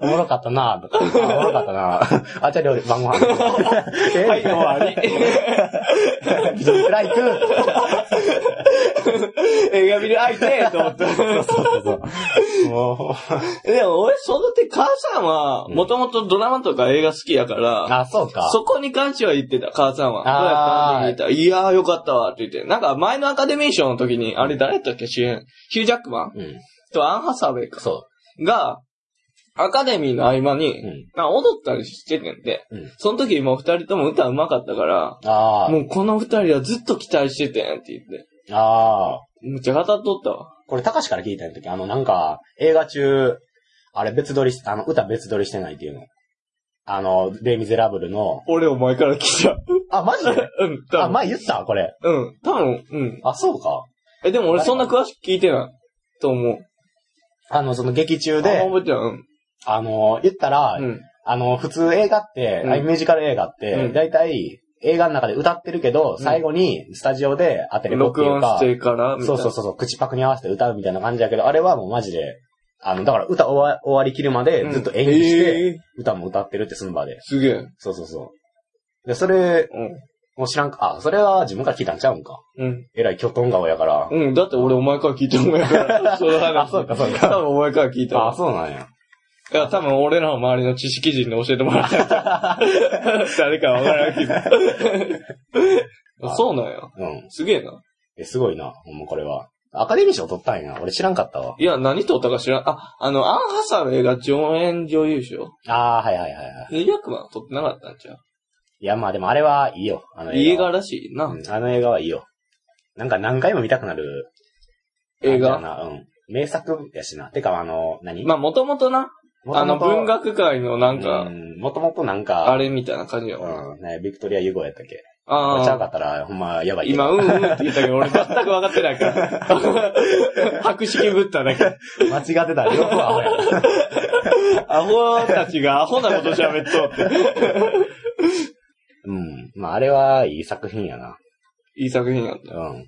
B: おもろかったなとか、あおもろかったなあ、じゃあ料理、晩ご飯。 え
A: はい、終わり。
B: ビジネスライク。
A: 映画見る相手やと思 った。
B: そうそうそう。もう
A: でも俺、その点、母さんは、もともとドラマとか映画好きやから、
B: あ、そうか。
A: そこに関しては言ってた、母さんは。どうやったっ
B: あー
A: て聞いたらいやーよかったわって言って。なんか前のアカデミー賞の時に、あれ誰やったっけ主演。ヒュージャックマン
B: うん。
A: とアンハサウェイか。
B: そ
A: が、アカデミーの合間
B: う。
A: に、
B: うん。
A: まあ踊ったりしててんで、
B: うん
A: その時もう二人とも歌うまかったから、
B: あ
A: もうこの二人はずっと期待しててんって言って。
B: あ。ああ。
A: むっちゃ語っとったわ。
B: これ、高しから聞いたんや時、あの、なんか、映画中、あれ別撮りし、あの、歌別撮りしてないっていうの。あの、レイ・ミゼラブルの、
A: 俺お前から聞いた。
B: あ、マジで
A: うん、多
B: あ、
A: 分。
B: 前言ったこれ。
A: うん、多分、うん。
B: あ、そうか。
A: え、でも俺そんな詳しく聞いてない。と思う。
B: あの、その劇中
A: あん
B: で
A: ま、覚えてない。
B: あの、言ったら、
A: うん。うん。
B: あの、普通映画って、
A: うん
B: あミュージカル映画って、
A: うん
B: だいたい映画の中で歌ってるけど、
A: ん
B: 最後にスタジオで当てれるって
A: 録
B: いう
A: 音
B: か
A: し、てから、みた
B: そ
A: いうな。
B: そうそうそう、口パクに合わせて歌うみたいな感じだけど、あれはもうマジで、あの、だから歌終わ終わりきるまで
A: うん
B: ずっと演技して、
A: えー
B: 歌も歌ってるってその場で。
A: すげえ。
B: そうそうそう。で、それ、もう知らんか、あ、それは自分から聞いたんちゃうんか。
A: うん。
B: えらいキョトン顔やから。
A: うん。うん。だって俺お前から聞いてお前から。その話。
B: あ、そうか、そう
A: 多
B: か。
A: 分お前から聞いたわ。
B: あ、そうなんや。
A: いや、多分俺らの周りの知識人に教えてもらった 誰かわからんけど。そうなんや。
B: うん。
A: すげえな。
B: え、すごいな、ほんまこれは。アカデミー賞取ったんや。俺知らんかったわ。
A: いや、何撮ったか知らん。あ、あの、アン・ハサウェイが上演女優賞。
B: あー、はいはいはいはい。
A: 200万撮ってなかったんちゃ
B: いや、まあでもあれはいいよ。あの
A: う
B: 映
A: 映画
B: 画は。
A: らしいな。
B: うん、あの映画はいいよ。なんか何回も見たくなる。
A: 映
B: なん
A: 画。
B: だよなうん。名作やしな。てか、あの、何
A: まあ、もともとな、あの、文
B: 学
A: 学界のなんか、
B: もともとなんか、
A: あれみたいな感じやもんな。
B: うん、ね、ビクトリア・ユゴやったっけちゃう
A: あ
B: か
A: あ。
B: ったら、ほんま、やばいよ。
A: 今、うんうんって言ったけど、俺全く分かってないから。白色ぶっただけ。
B: 間違ってたら、よくアホや。
A: アホたちがアホなこと喋っとって。
B: うん。まあ、あれはいい作品やな。
A: いい作品やった。
B: うん。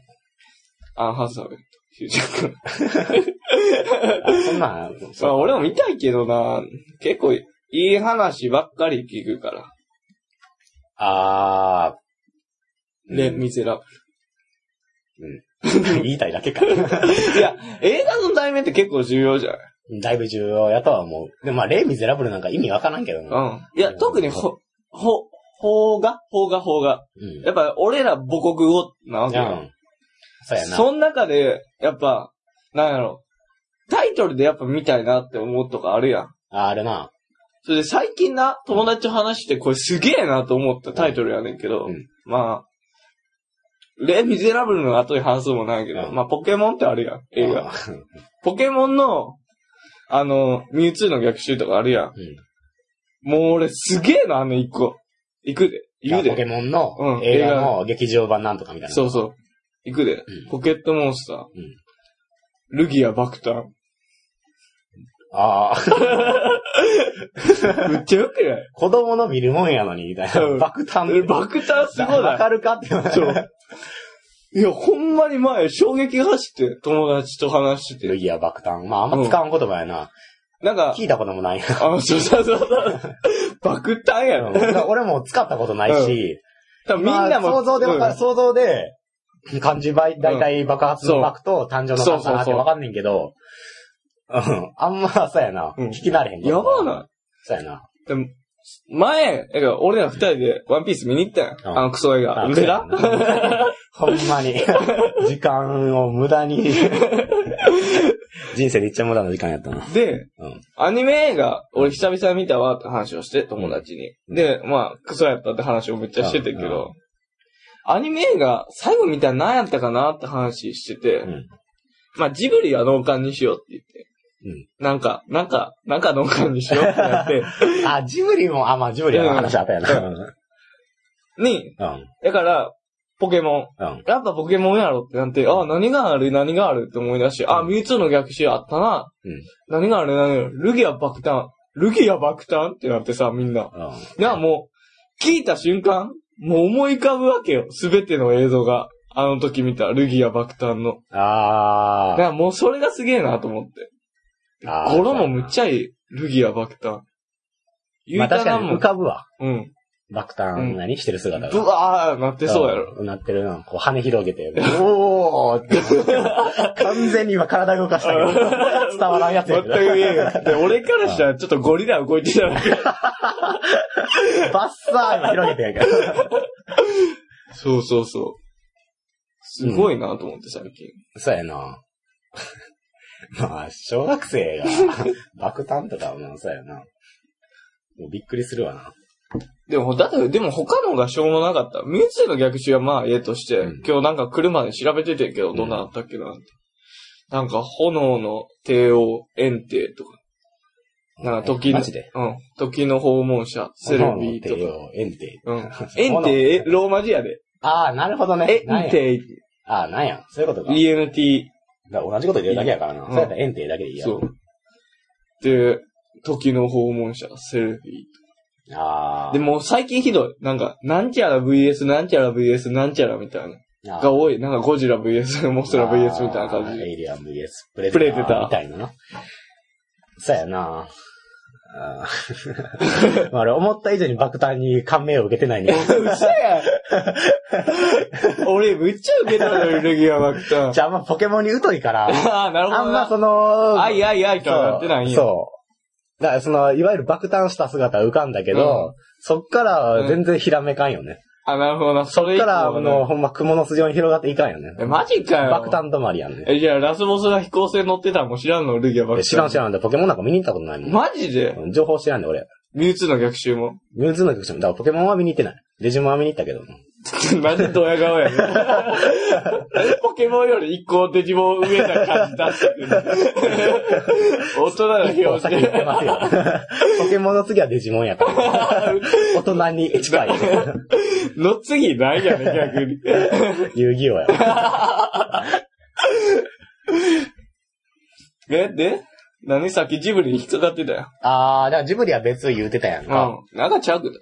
A: アンハサウェイとヒュージャックマン。
B: あそんなん、
A: まあ、俺も見たいけどな、結構いい話ばっかり聞くから。
B: あー。
A: で、
B: うん
A: ミゼラブ
B: 言いたいだけか。
A: ル。いや、映画の題名って結構重要じゃない
B: だいぶ重要やとは思う。でもまあ、レイ・ミゼラブルなんか意味わからんけどな。
A: うん。いや、特にほ、ほ、邦画邦画邦画。
B: うん。
A: やっぱ俺ら母国語なわけ
B: う
A: よ。
B: ん。そうやな。
A: そん中で、やっぱ、なんやろ。タイトルでやっぱ見たいなって思うとかあるやん。
B: ああるな。
A: それで最近な、友達と話してこれすげえなと思ったタイトルやねんけど、
B: うん
A: まあ、レ・ミゼラブルの後に話すもんないけど、
B: うん
A: まあポケモンってあるやん、映画。
B: うん。
A: ポケモンの、あの、ミュウツーの逆襲とかあるやん。
B: うん
A: もう俺すげえな、あの一個。行くで。行く
B: ポ
A: で。
B: ケモン
A: う
B: の
A: ん
B: 映画の劇場版なんとかみたいな。
A: そうそう。行くで。
B: うん
A: ポケットモンスター。
B: ん
A: ルギア爆誕。
B: ああ、
A: めっちゃよくない
B: 子供の見るもんやのに、みたい
A: うん
B: な。爆誕。
A: え爆誕すごい
B: わ
A: な。
B: かるかって言われ
A: そ
B: て。
A: う。いや、ほんまに前、衝撃が走って、友達と話して
B: ル
A: て。
B: ギア爆誕。まあ、あんま使わん言葉やな。
A: なんか、
B: 聞いたこともないな。
A: あの、そうそうそうそう。爆誕や
B: うん
A: ろ。
B: 俺 俺も使ったことないし、
A: 多分みんなも。
B: まあ想像でわかる、想像で、漢字ばい、だいたい爆発の爆と誕生の爆かなってわかんねんけど、うん。あんま、そうやな。
A: うん
B: 聞き慣れへ。
A: うんんやばない
B: そうやな。
A: でも、前、だから俺ら二人でワンピース見に行ったやん。
B: うん
A: あのクソ映画。
B: あ
A: 俺ら
B: そうや なほんまに。時間を無駄 に。人生で一番無駄な時間やったな。
A: で、
B: うん
A: アニメ映画、俺久々に見たわって話をして、友達に。
B: うん
A: で、まあ、クソやったって話をめっちゃしてたけ
B: うんう
A: ど、アニメ映画、最後見たら何やったかなって話してて、
B: うん。
A: まあ、ジブリは脳幹にしようって言って。
B: うん
A: なんか、なんか、なんか脳幹にしようってな って、
B: あ、ジブリも、あ、まあ、ジブリの話あったやな。
A: に、
B: うん。
A: だから、ポケモン。
B: うん。
A: やっぱポケモンやろってなって、あ、何がある何があるって思い出して、あ、ミュウツーの逆襲あったな。
B: うん
A: 何がある何があるルギア爆誕。ルギア爆誕ってなってさ、みんな。
B: うん。
A: なあ、もう、聞いた瞬間、もう思い浮かぶわけよ。すべての映像が。あの時見た、ルギア爆誕の。
B: あ
A: だからもうそれがすげえなと思って。
B: ーあー。
A: これもむっちゃいい。ルギア爆誕。
B: まあ
A: た
B: 確かに
A: も
B: 浮
A: ん。
B: かぶわ。
A: うん。
B: 爆誕何してる姿
A: ブ
B: が。
A: ワーなってそうやろ。
B: ん。なってるな。こう羽広げて。 おーって。 完全に今体動かしたけど、 伝わらんやつ
A: 全
B: や
A: く
B: け
A: 見えな くて、俺からしたらちょっとゴリラ動いてただけ。
B: ど。バッサー今広げてんやけど。
A: そうそうそう。すごいなと思って最近。
B: そうやな。 まあ、小学 生が、爆誕とかはな、そうやな。もうびっくりするわな。
A: でも、だって、でも他のがしょうもなかった。ミュウツーの逆襲はまあ、ええとして、
B: うん
A: 今日なんか車で調べててんけど、どんなあったっけなって。なんか、炎の帝王、炎帝とか。なんか、時の、
B: マジで。
A: うん。時の訪問者、セルビーとか。
B: か。エンテ。
A: うん。
B: 炎
A: 炎
B: の
A: 帝、えローマ字やで。
B: ああ、なるほどね。
A: 炎
B: なんや
A: 帝、
B: ああ、なんや。そういうことか。
A: ENT。
B: だから同じこと言ってるだけやからな。
A: ん
B: そうやったらエンテだけでいいや。
A: そう。で、時の訪問者、セルビー。
B: ああ。
A: でも最近ひどい。なんか、なんちゃら VS、なんちゃら VS、なんちゃらみたいな。
B: あー、
A: が多い。なんかゴジラ VS、モスラ VS みたいな感
B: あー
A: じ。
B: エイリアン VS プレ
A: プレデター
B: みたいなな。そうやな。あー 俺思った以上に爆誕に感銘を受けてな いね。
A: 嘘やん俺、めっちゃ受けたのよ、ルギアマク タ
B: じゃああんまポケモンに疎 いから、
A: ああ、なるほ
B: あ
A: ど
B: んま
A: な。
B: その、
A: あいあいあいとはなってないんや。
B: そう。だからその、いわゆる爆誕した姿は浮かんだけど、そっからは全然ひらめかんよね。
A: あ、なるほどな。それ
B: そ
A: 以
B: っ
A: 降
B: から、あ
A: はね
B: の、ほんま雲の巣状に広がっていかんよね。
A: え、マジかよ。
B: 爆誕止まりやんね。
A: え、じゃあ、ラスボスが飛行船乗ってたのも知らんの、ルギア爆弾。
B: え知らん知らんで、ポケモンなんか見に行ったことないもん。
A: マジで
B: うん情報知らんで、俺。
A: ミュウツーの逆襲も。
B: ミューズの曲じゃん。だからポケモンは見に行ってない。デジモンは見に行ったけど。
A: なんでドヤ顔やねん ポケモンより一個デジモン上な感じ出してくる。 大人の
B: 結構
A: 表
B: 先行って
A: 情。
B: ま すよ。ポケモンの次はデジモンやから。大人に 近い。
A: の次ないやね逆に。
B: 遊戯王や。
A: え、で何さっきジブリに引っかかってたよ。
B: あー、だからジブリは別言うてたやん
A: う
B: か。
A: ん。なんかちゃうく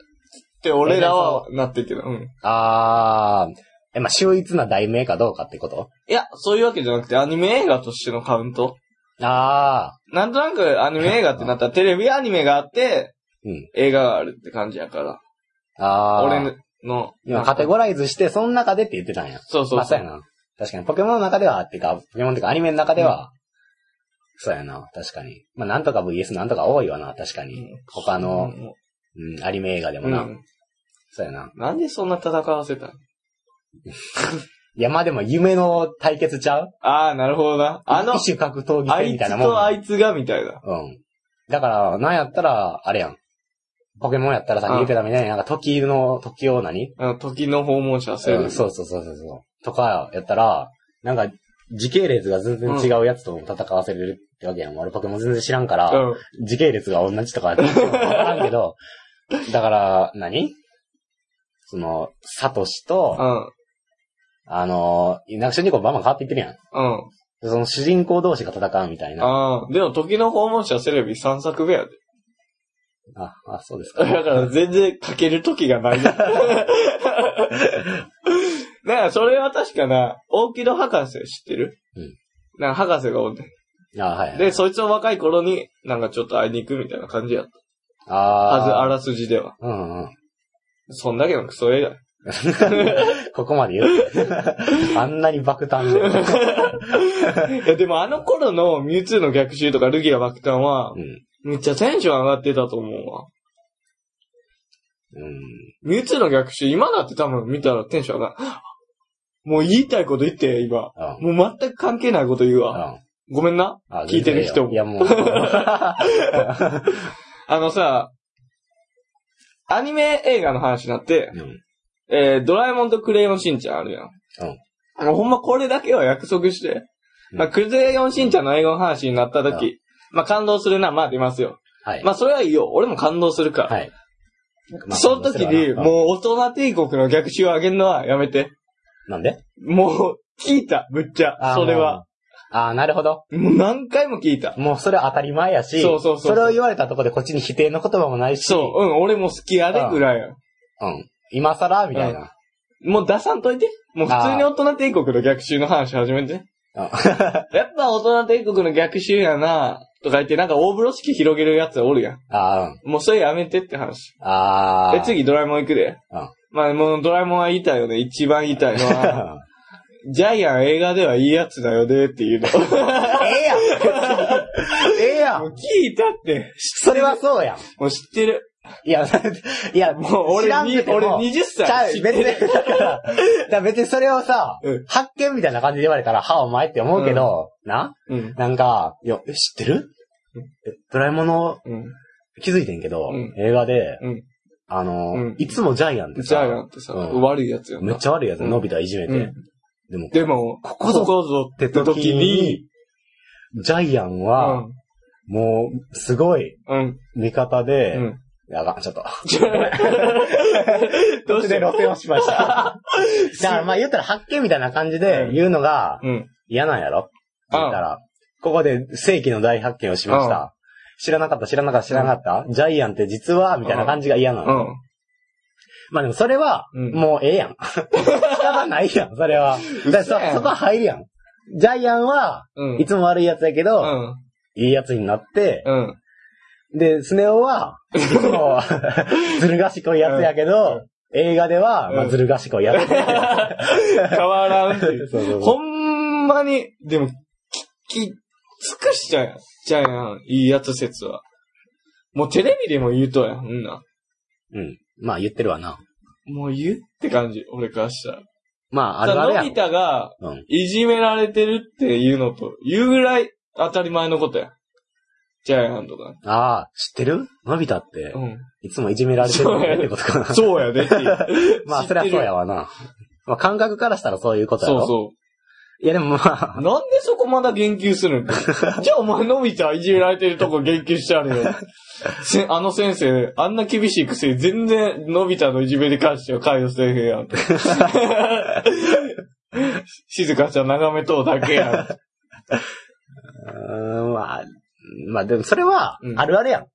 A: て俺らはなってるけど、うん。
B: あー。え、まあ、秀逸な題名かどうかってこと
A: いや、そういうわけじゃなくて、アニメ映画としてのカウント。
B: あ
A: なんとなくアニメ映画ってな ったら、テレビアニメがあって、
B: ー。うん。
A: 映画があるって感じやから。
B: あー。
A: 俺の、
B: 今カテゴライズして、その中でって言ってたんや。
A: そうそう
B: まあ、そ
A: そう
B: やな。確かに、ポケモンの中では、っていうか、ポケモンっていうか、アニメの中では、そうやな、確かに。まあ、なんとか VS なんとか多いわな、確かに。
A: うん
B: 他の、うん、アニメ映画で
A: う
B: も
A: ん、
B: な。そうやな。
A: なんでそんな戦わせたの
B: いや、まあでも、夢の対決ちゃう
A: ああ、なるほどな。あの
B: 一、種格闘技
A: あ
B: 戦
A: い
B: みたいな
A: つ
B: もん。
A: とあいつがみたいな。
B: うん。だから、なんやったら、あれやん。ポケモンやったらさっき言ってたみたいに、なんか時の、時を何
A: あの、時の訪問者セ
B: う
A: ル
B: ん、。そうそうそうそうそう。とか、やったら、なんか、時系列が全然違うやつと戦わせれるってわけやん。俺ポケモン全然知らんから、
A: うん。
B: 時系列が同じとか、わからん けど、だから、何その、サトシと、
A: うん。
B: あの、なんか主人公バンバン変わっていってるやん。
A: うん。
B: その主人公同士が戦うみたいな。
A: ああ、でも時の訪問者セレビ3作目やで。
B: あ、あ、そうです
A: だ
B: か。
A: から全然かける時が ない。だからそれは確かな、大木戸博士知ってる
B: うん。
A: なんか博士がおんね
B: あ、はい。
A: ん。で、そいつの若い頃になんかちょっと会いに行くみたいな感じやっ
B: あ
A: た。
B: ー
A: はず、あらすじでは。
B: うんうん。
A: そんだけのクソ映画。
B: ここまで言う。 あんなに爆誕で。
A: いやでもあの頃のミュウツーの逆襲とかルギア爆誕は
B: う、ん。
A: めっちゃテンション上がってたと思うわ。
B: うん。
A: ミュウツーの逆襲、今だって多分見たらテンション上がる。もう言いたいこと言って、今。
B: うん。
A: もう全く関係ないこと言うわ。
B: うん
A: ごめんな。
B: あ
A: 聞いてる人も
B: 全然いやもう。う
A: あのさ、アニメ映画の話になって、
B: ん。
A: えー、ドラえもんとクレヨンしんちゃんあるやん。もうほんまこれだけは約束して。
B: うん
A: まあ、クレヨンしんちゃんの映画の話になった時、まあ、感動するな、まあ出ますよ。
B: はい。
A: まあ、それはいいよ。俺も感動するから。
B: はい。まあ
A: その時に、もう大人帝国の逆襲を上げるのはやめて。
B: うん。なんで
A: もう、聞いた、ぶっちゃ。それは。。
B: あーもうあー、なるほど。
A: もう何回も聞いた。
B: もうそれは当たり前やし、
A: そうそうそう
B: れを言われたとこでこっちに否定の言葉もないし、
A: そう、うん、俺も好きやでぐらいやん。
B: う。ん。今更みたいな。
A: もう出さんといて。もう普通に大人帝国の逆襲の話始めて。
B: あ
A: やっぱ大人帝国の逆襲やなとか言ってなんか大風呂敷広げるやつおるやん。
B: あー、うん。
A: もうそれやめてって話。
B: あー。
A: で、次ドラえもん行くで。
B: うん
A: まあもうドラえもんは言いたいよね。一番言いたいの
B: うん。
A: は、ジャイアン映画ではいいやつだよねっていう の。
B: ええやん ええや
A: もうん聞いたって。
B: それはそうやん。
A: もう知ってる。
B: いや、 いや、
A: もう俺
B: 知らん
A: に、
B: くても
A: 俺20
B: ちゃう
A: 歳知っ
B: 別
A: て
B: に、
A: る。
B: だから、だから別にそれをさ、
A: うん
B: 発見みたいな感じで言われたら、はお前って思うけど、な
A: うん。
B: なんか、いや、え知ってる
A: うん
B: えドラえもんの
A: うん。
B: 気づいてんけど、
A: うん
B: 映画で、
A: うん
B: あの、
A: うん
B: いつもジャイアンって
A: ジ
B: さ、
A: ャイアンってさ、
B: うん
A: 悪いやつやんな
B: めっちゃ悪いやつ、
A: うん
B: のび太いじめて、
A: うん
B: でも、
A: でも、
B: こ
A: こ
B: こぞ
A: こぞっ
B: って
A: て時
B: 時
A: に、
B: に、ジャイアンは、もう、すごい、
A: うん。うん。
B: 味方で、
A: う ん。
B: やば、ちょっと。
A: どうして
B: 露呈をし ました。だからまあ言ったら発見みたいな感じで言うのが
A: うん。
B: 嫌なんやろ言ったら、ここで世紀の大発見をしました。知らなかった、知らなかった、知らなかった。ジャイアンって実は、みたいな感じが嫌な
A: う
B: の。
A: ん。
B: まあでもそれは、
A: うん
B: もうえ えやん。仕方ないやん、それは。だ
A: 嘘や
B: から
A: ん
B: そ、そこは入るやん。ジャイアンは、
A: うん。
B: いつも悪いやつやけ
A: う
B: ど、
A: ん。
B: いいやつになって、
A: うん。
B: で、スネ夫は、い つも、ずる賢いやつやけど、映画では、ま
A: う
B: あ
A: ん
B: ずる賢いや つ。
A: 変わらんってい
B: そう
A: う。
B: そうそう
A: ほんまに、でも、き、き、尽くしちゃうやん。じゃあやん、いいやつ説は。もうテレビでも言うとやん、うんな。
B: うん。まあ言ってるわな。
A: もう言うって感じ、俺からしたら。
B: まあ、あるある
A: さ
B: や
A: のび
B: ん。
A: 太が、
B: うん。
A: いじめられてるっていうのと、言うぐらい当たり前のことやん。ジャイアンとか。
B: ああ、知ってるのび太って、
A: うん。
B: いつもいじめられてるよねってことかな。
A: そうやでっていう。
B: まあ、そりゃそうやわな。まあ、感覚からしたらそういうことやろ。
A: そうそ
B: いや、でもま
A: う。
B: あ、
A: なんでそこまだ言及するんじゃあお前のび太いじめられてるとこ言及してあるよ。せあの先生、あんな厳しいくせに全然のび太のいじめに関しては関与せえへんやん。静かちゃん眺めとうだけやん。
B: うーん、まあ、まあ、でもそれは
A: う、ん
B: あるあるやん。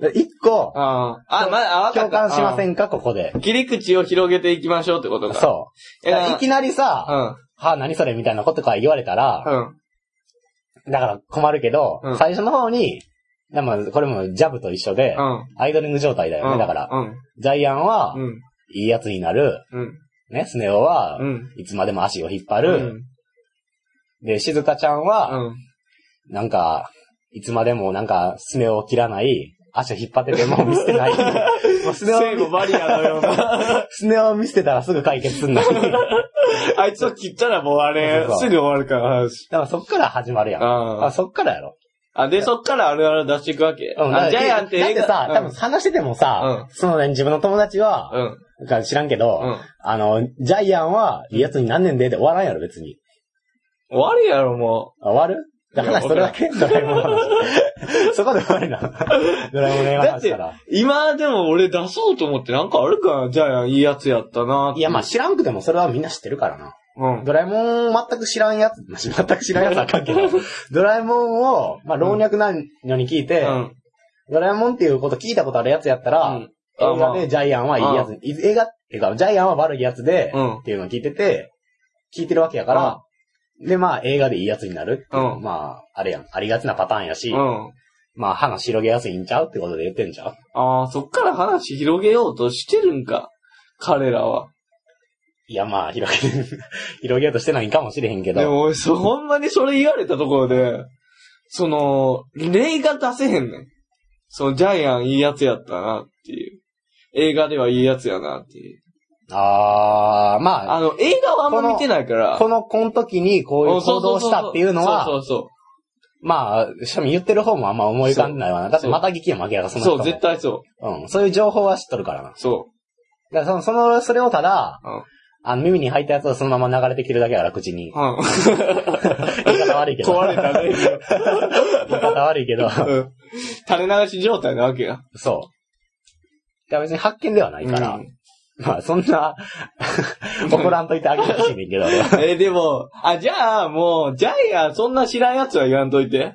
B: で一個、
A: ああ。あ、まだ、あ、わか
B: 共
A: った。
B: 感しませ
A: ん。
B: んか、ここで。
A: 切り口を広げていきましょうってことか。
B: そう。だからいきなり
A: う
B: さ、
A: ん。
B: はあ、何それみたいなことから言われたら、
A: うん。
B: だから困るけど
A: うん、
B: 最初の方に、でもこれもジャブと一緒で
A: う、ん。
B: アイドリング状態だよ
A: う
B: ね。
A: ん。
B: だから、
A: うん。
B: ジャイアンは
A: う、ん。
B: いいやつになる。
A: うん。
B: ね、スネ夫は
A: う、ん。
B: いつまでも足を引っ張
A: う
B: る。
A: ん。
B: で、静香ちゃ
A: う
B: んは、
A: ん。
B: なんか、いつまでもなんか、スネ夫を切らない。足を引っ張って ても見捨てない。もうスネ
A: 聖
B: 夫
A: 母バリアのような。
B: スネ夫を見捨てたらすぐ解決 すんのに。だ
A: あいつを切ったらもうあれ、
B: そうそう
A: すぐ終わるから話。
B: からそっから始まるやん。
A: あ
B: あ、
A: あ。
B: そっからやろ。
A: あ、で、そっからあるある出していくわけ。
B: うん
A: あ、ジャイアンって
B: だっ
A: 映
B: て
A: 画
B: さ、多分、話しててもさ、そのね、自分の友達は、
A: うん。
B: が知らんけど、
A: うん。うん。
B: あの、ジャイアンはいいやつになんねんでで終わらんやろ、別に。
A: 終わりやろ、も
B: あ終わるだから
A: いや
B: 話それだけドラえもんの話。 そこで終わりな。ドラえもんの
A: だっ
B: 話
A: て
B: から。
A: う。今でも俺出そうと思ってなんかあるかな、ジャイアンいいやつやったなって
B: いや、まあ知らんくてもそれはみんな知ってるからな。
A: うん。
B: ドラえもん全く知らんやつ、まあ全く知らんやつはあかん けど、ドラえもんを、まあ老若男女に聞いて、
A: うん。
B: ドラえもんっていうこと聞いたことあるやつやったら、
A: うん
B: 映画でジャイアンはいいやつ、い映画っていうか、ジャイアンは悪いやつで、
A: うん
B: っていうのを聞いてて、聞いてるわけやから、で、まあ映画でいいやつになるっていう、
A: うん
B: まあ、あれやん、ありがちなパターンやし、
A: うん。
B: まあ話広げやすいんちゃうってことで言ってんちゃう
A: ああ、そっから話広げようとしてるんか。彼らは。
B: いや、まあ広げ、 広げようとしてないんかもしれへんけ
A: で
B: ど、
A: も俺、そ、ほんまにそれ言われたところで、その、例が出せへんねん。その、ジャイアンいいやつやったなっていう。映画ではいいやつやなっていう。
B: あー、まあ、
A: あの、映画はあんま見てないから。
B: この、この時にこういう行動をしたっていうの
A: そ
B: は、
A: うそう
B: まあ、しかも言ってる方もあんま思い浮かんでないわな。だってまた劇や負けやから、そ
A: そう
B: の
A: そう。
B: 人
A: そ
B: も
A: う、絶対そ
B: うん、そういう情報は知っとるからな。
A: う。そ
B: だからその、その、それをただ、
A: う。うん。
B: あの、耳に入ったやつをそのまま流れてきてるだけやから、口
A: う
B: に。
A: ん
B: 言い方悪いけど。
A: 壊れたね。
B: 言い方悪 いけ
A: う
B: ど、
A: ん垂れ流し状態なわけや。
B: そう。だから別に発見ではないから。
A: うん
B: まあ、そん な、怒らんといてあげてほしいねんけど。
A: えー、でも、あ、じゃあ、もう、ジャイアン、そんな知らんやつは言わんといて。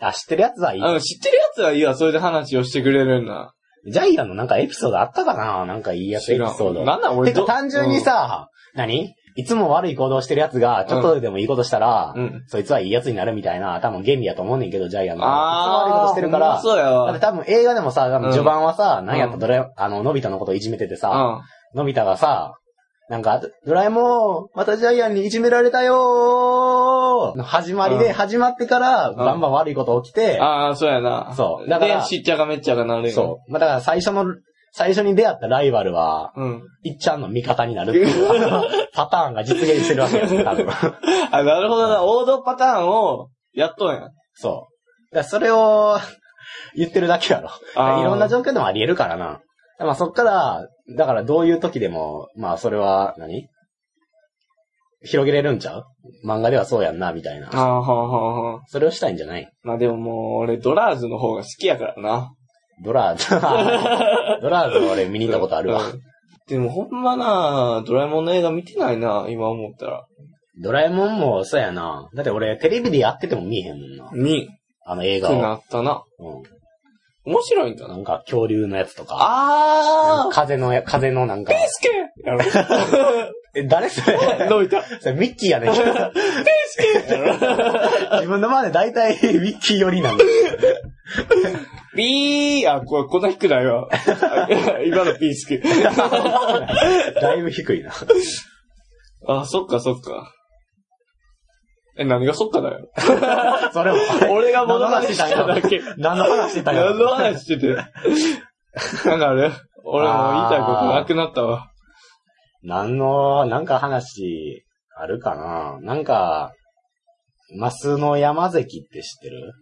B: あ、知ってるやつはいい。
A: あの、知ってるやつはいいわ、それで話をしてくれるんだ。
B: ジャイアンのなんかエピソードあったかななんかいいやつエ
A: 知
B: ピ
A: らん
B: ソード。
A: なんなん俺
B: てか
A: ど
B: 単純にさ、何いつも悪い行動してるやつが、ちょっとでもいいことしたら、
A: うん
B: そいつはいいやつになるみたいな、多分原理やと思うねんけど、ジャイアンの。いつも悪いこ
A: あ
B: と
A: あ、
B: してるから、
A: ほんまそうや
B: だって
A: わ。
B: 多分映画でもさ、多分序盤はさ、なんやった
A: うん
B: ドラえ、あの、のび太のこといじめててさ、
A: うん。
B: のび太がさ、なんか、ドラえもん、またジャイアンにいじめられたよーの始まりで、
A: うん
B: 始まってから、バンバン悪いこと起きて、
A: ああ、そうやな。
B: そう
A: だ
B: だ
A: か
B: から
A: ら。しっちゃかめっちゃかなるよ。
B: そう。まあ、だから最初の、最初に出会ったライバルは、
A: う。うん。
B: いっちゃんの味方になるっていう パターンが実現してるわけですよ、 多分。
A: あ、なるほどな。王道パターンを、やっとんや。
B: そう。だからそれを言ってるだけやろ。
A: あー
B: いろんな状況でもあり得るからな。まあそっから、だからどういう時でも、まあそれは何、広げれるんちゃう漫画ではそうやんな、みたい
A: あ
B: な。
A: あ、ほうほうほう。
B: それをしたいんじゃない
A: まあでももう、俺、ドラーズの方が好きやからな。
B: ドラ ーズ。ドラーズ俺見に行ったことあるわ。
A: うんでもほんまな、ドラえもんの映画見てないな、今思ったら。
B: ドラえもんもそうやな。だって俺テレビでやってても見えへんもんな。
A: 見
B: あの映
A: く
B: 画を。
A: なったな。
B: う
A: 面白いんだ
B: ん、
A: な
B: な。んか恐竜のやつとか。
A: ああ
B: 風のや、風のなんか。
A: ピースケやろ。
B: え、誰それ
A: 伸びた。
B: それミッキーやね んけど。自分の前で大体 ミッキー寄りなんだ
A: ビーあ、ここんな低くないわ。 今のピースケ。
B: だいぶ低いな。
A: あ、そっかそっか。え、何がそっかだよ。
B: それも。
A: 俺が物まねしただけ。
B: 何の話してたんや
A: 何
B: ろ
A: の話してて。なんかあれ俺もう言いたいことなくなったわ。
B: 何の、なんか話、あるかななんか、マスの山関って知ってる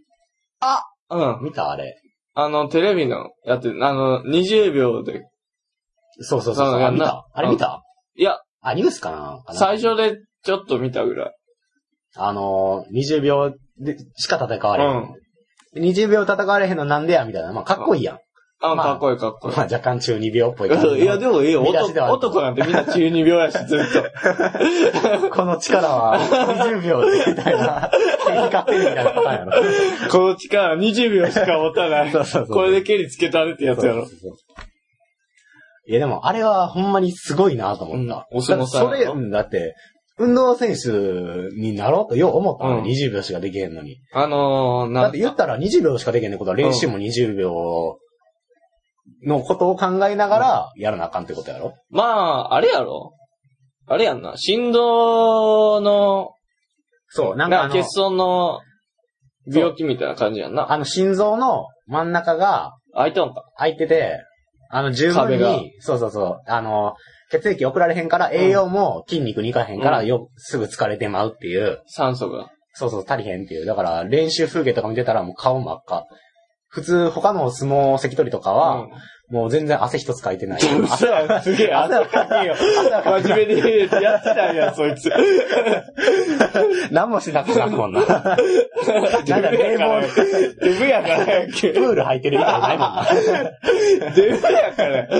A: うん。
B: 見たあれ。
A: あの、テレビのやってる、あの、20秒で。
B: そうそうそうそう。
A: なんか
B: あ見
A: な
B: たあれ見た
A: いや、
B: あ、ニュースかなあの
A: 最初でちょっと見たぐらい。
B: あのー、20秒でしか戦われへ。
A: うん
B: 20秒戦われへんのなんでやみたいな。まあ、かっこいいやん。
A: あ、
B: まあ
A: かっこいいかっこいい
B: まあ。若干中二病っぽい感じの。
A: いや、でもいいよ。
B: 見出しではあ
A: 男男
B: る
A: なんてみんな中二病やし、ずっと。
B: この力は20秒で、みたいな。敵勝手にみたいなパターンやろ。
A: この力20秒しか持たない。
B: そうそうそう
A: これで蹴りつけたれってやつやろ
B: そ。うそうそういや、でも、あれはほんまにすごいなと思った。
A: うんお相撲さん
B: だってそれ、うんだって、運動選手になろうとよう思ったの、
A: うん
B: 20秒しかできへんのに。
A: あのー、
B: だ
A: な
B: って言ったら20秒しかできへんってことは、練習も20秒のことを考えながらやらなあかんってことやろ
A: まあ、あれやろあれやんな。振動の、
B: そう、
A: なん
B: なんか
A: か
B: あの、
A: 欠損の病気みたいな感じやんな。
B: あの心臓の真ん中が
A: 開いたんか。
B: 空いてて、あの、十分
A: 壁が
B: に、そうそうそう、あの、血液送られへんから、栄養も筋肉にいかへんから、
A: うん
B: よ、すぐ疲れてまうっていう、
A: 酸素が。
B: そうそう、足りへんっていう。だから、練習風景とか見てたらもう顔真っ赤。普通、他の相撲関取とかは、もう全然汗一つかいてない。
A: うん、嘘
B: 汗
A: やんすげえ、汗かけ よ。
B: はかいて
A: 真
B: ない
A: 面目にやってたんや、そいつ。
B: 何もしなくなるもんな。なんか冷房、
A: デブやからやんけ。
B: プール入ってるみたいないもんな。
A: デブやから。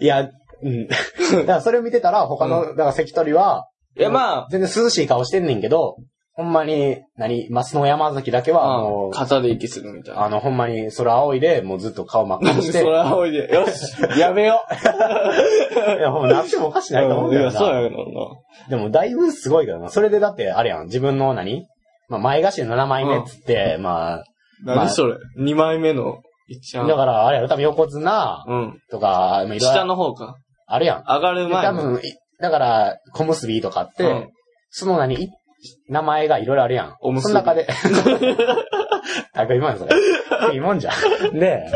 B: いや、うん。だからそれを見てたら、他の、だから関取は、
A: いや、ま
B: 全然涼しい顔してんねんけど、ほんまに、何、松野山崎だけ
A: あ、
B: は、
A: あの
B: あの、
A: 肩で息するみたい
B: あ
A: な。
B: の、ほんまに空青いで、もうずっと顔真っ赤
A: なん
B: に
A: で
B: して、い
A: 空仰いで。よし、やめよう。
B: や、ほんまなってもおかしないと思うん
A: い
B: だよ
A: や、そう
B: な。
A: やけどな。
B: でも、だいぶすごいけどな。それでだって、あれやん、自分の何まあ、前頭7枚目っつって、ままあ
A: 何それ ?2 枚目の、一
B: あ、
A: 番。
B: だから、あれやろ、多分横綱
A: うん。
B: とか、まあいろいろ
A: 下の方か。
B: あるやん。
A: 上がる
B: で
A: 前
B: 多
A: の。
B: 分、いだから、小結びとかって、
A: うん
B: その何、い名前がいろいろあるやん。
A: おむす
B: そ
A: び
B: の中で。 あ、これ今のそれ。いいもんじゃん。で、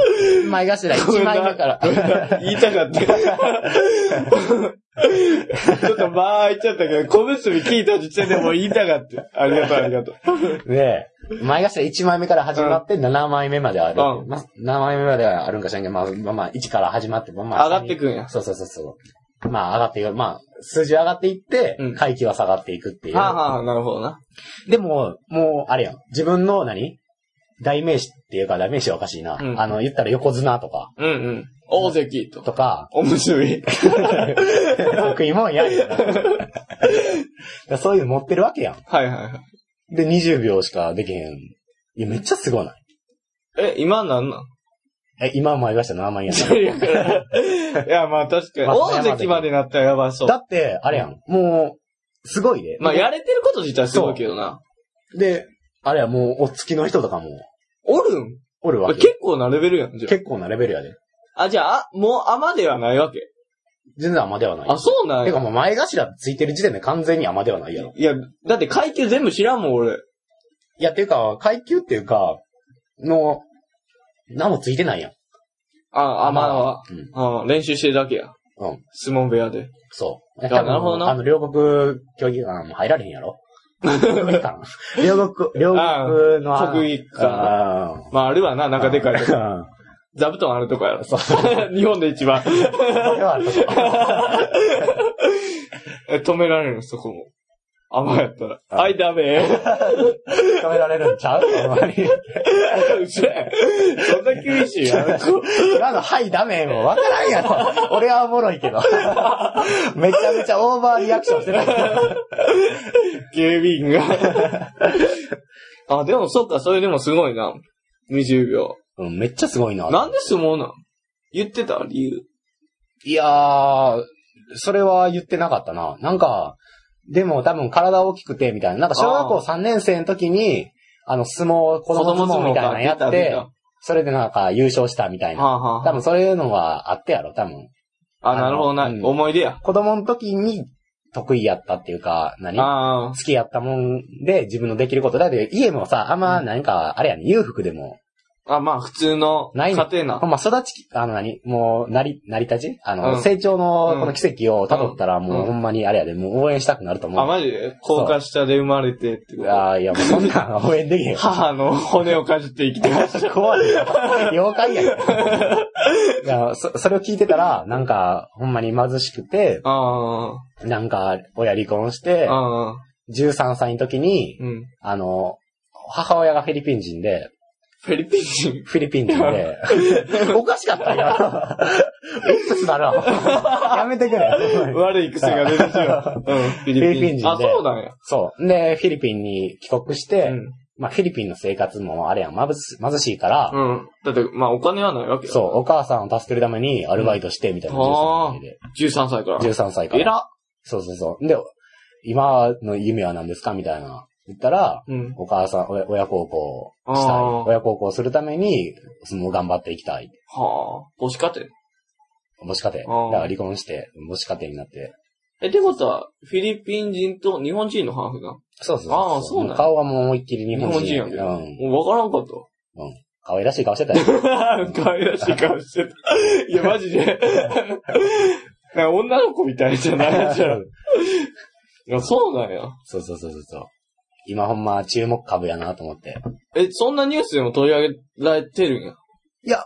B: 前頭1枚目から。
A: 言いたかった。 ちょっとまあ言っちゃったけど、小結び聞いた時点でもう言いたかった。ありがとう、ありがとう。
B: で、前頭1枚目から始まって7枚目まである。
A: うん
B: ま7枚目まではあるんか知らんけど、まあまあまあ1から始まって、まあまあ
A: 上がってくんや。
B: そうそうそうそう。まあ上がっていく。まあ、数字上がっていって
A: うん、
B: 回帰は下がっていくっていう。
A: はあはあ、なるほどな。
B: でも、もう、あれやん。自分の何、代名詞っていうか、代名詞はおかしいな。
A: うん
B: あの、言ったら横綱とか、
A: うんうん。大関と。
B: とか、
A: おむすび。
B: 食いもんやん。だからそういうの持ってるわけやん。
A: はいはいはい。
B: で、20秒しかできへん。いや、めっちゃすごない。
A: え、今なんなん
B: え、今も言いました、名前や
A: それやから。いや、まあ確かに。
B: まあ
A: 大関までなったらやばそ
B: な。
A: う
B: だ。って、あれやん。もう、すごいで。
A: まあやれてること自体すごいけどな。
B: で、あれや、もう、お付きの人とかも、
A: おるん
B: おるわけ。
A: 結構なレベルやん、じゃ
B: 結構なレベルやで。
A: あ。あ、じゃあ、あもう甘ではないわけ。
B: 全然甘ではない。
A: あ、そうなん
B: て
A: や
B: か。もう前頭ついてる時点で完全に甘ではないやろ。
A: いや、だって階級全部知らんもん、俺。
B: いや、っていうか、階級っていうか、の、何もついてないやん。
A: あ、甘は。
B: うん。
A: あ練習してるだけや。
B: うん。
A: 相撲部屋で。
B: そう。
A: あなるほどな
B: あの、両国競技館も入られへんやろ 無理かな両国、両国のあの、
A: 国技館。
B: あー
A: まあ、あるわな、なんかでかいとこ。
B: うん
A: 座布団あるとこやろ。
B: そう。
A: 日本で一番。
B: それはあるとこ
A: え止められるの、そこも。甘やったら。はい、ダメ。
B: 認められるんちゃうほんまに
A: 嘘やそんな厳しいやん。
B: 今の、はい、ダメもわからんや ろ。俺はおもろいけど。めちゃめちゃオーバーリアクションしてたけど。
A: 警備員が。あ、でもそっか、それでもすごいな。20秒。
B: うん、めっちゃすごいな。
A: なんで相撲なん言ってた理由。
B: いやー、それは言ってなかったな。なんか、でも多分体大きくて、みたいな。なんか小学校3年生の時に、あの、相撲、子供相撲みたいなのや
A: か
B: っ
A: 出た出
B: て
A: た、
B: それでなんか優勝したみたい
A: は
B: な。
A: あ、は
B: 多分そういうのはあったやろ、多分。
A: あ、あ、なるほどな。
B: あのうん
A: 思い出や。
B: 子供の時に得意やったっていうか、何好
A: ああ。
B: きやったもんで自分のできること。だって家もさ、あんま何か、あれやね、裕福でも、
A: あ、まあ、普通の
B: な
A: 家
B: いの
A: 庭な
B: ほ。んま育ち、あの何もう、なり、成り立ちあの、
A: うん
B: 成長のこの奇跡を辿ったら、も
A: うん
B: うほんまにあれやで、もう応援したくなると思う。
A: あ、マジで高架下で生まれてってこ
B: い
A: と。
B: やいや、もうそんなん 応援できへ ん。
A: 母の骨をかじって生きてました。
B: 怖いよ。妖怪やんいやそ、それを聞いてたら、なんか、ほんまに貧しくて、
A: あ
B: なんか、親離婚して
A: あ。、ああ。
B: 13歳の時に、
A: うん。
B: あの、母親がフィリピン人で、
A: フィリピン人。
B: フィリピン人で。 おかしかっ たよ。ウップスだろ。やめてくれ。
A: 悪い癖が出てきよ。うん、フィ
B: リピン人で
A: あ、そうなんや。
B: そう。で、フィリピンに帰国して、
A: うん。
B: まあ、フィリピンの生活もあれやん、貧し貧しいから、
A: うん。だって、まあ、お金はないわけよ。
B: そう、お母さんを助けるためにアルバイトして、みたいな13歳で。
A: 13歳から。
B: 13歳か
A: え
B: ら。
A: らっ
B: そうそうそう。で、今の夢は何ですかみたいな。言ったら、
A: うん。
B: お母さん、親親孝行
A: あ
B: したい。
A: あ。は
B: 親孝行するために、その頑張っていきたい。
A: あ。母子家庭。
B: 母子家庭。だ
A: あー
B: から離婚して、母子家庭になって。
A: え、ってことは、フィリピン人と日本人のハーフな。
B: そうそう
A: あーそうなんや
B: 顔はもう思いっきり
A: 日
B: 日本
A: 本
B: 人。
A: 人やけど。
B: うん。
A: もうわからんかった。
B: 可愛らしい顔してたよ。
A: 可愛らしい顔してた。い や、マジで。なんか女の子みたいじゃ ないじゃん。いや、そうなんや。
B: そうそうそうそうそう。今ほんま注目株やなと思って。
A: え、そんなニュースでも取り上げられてるんや。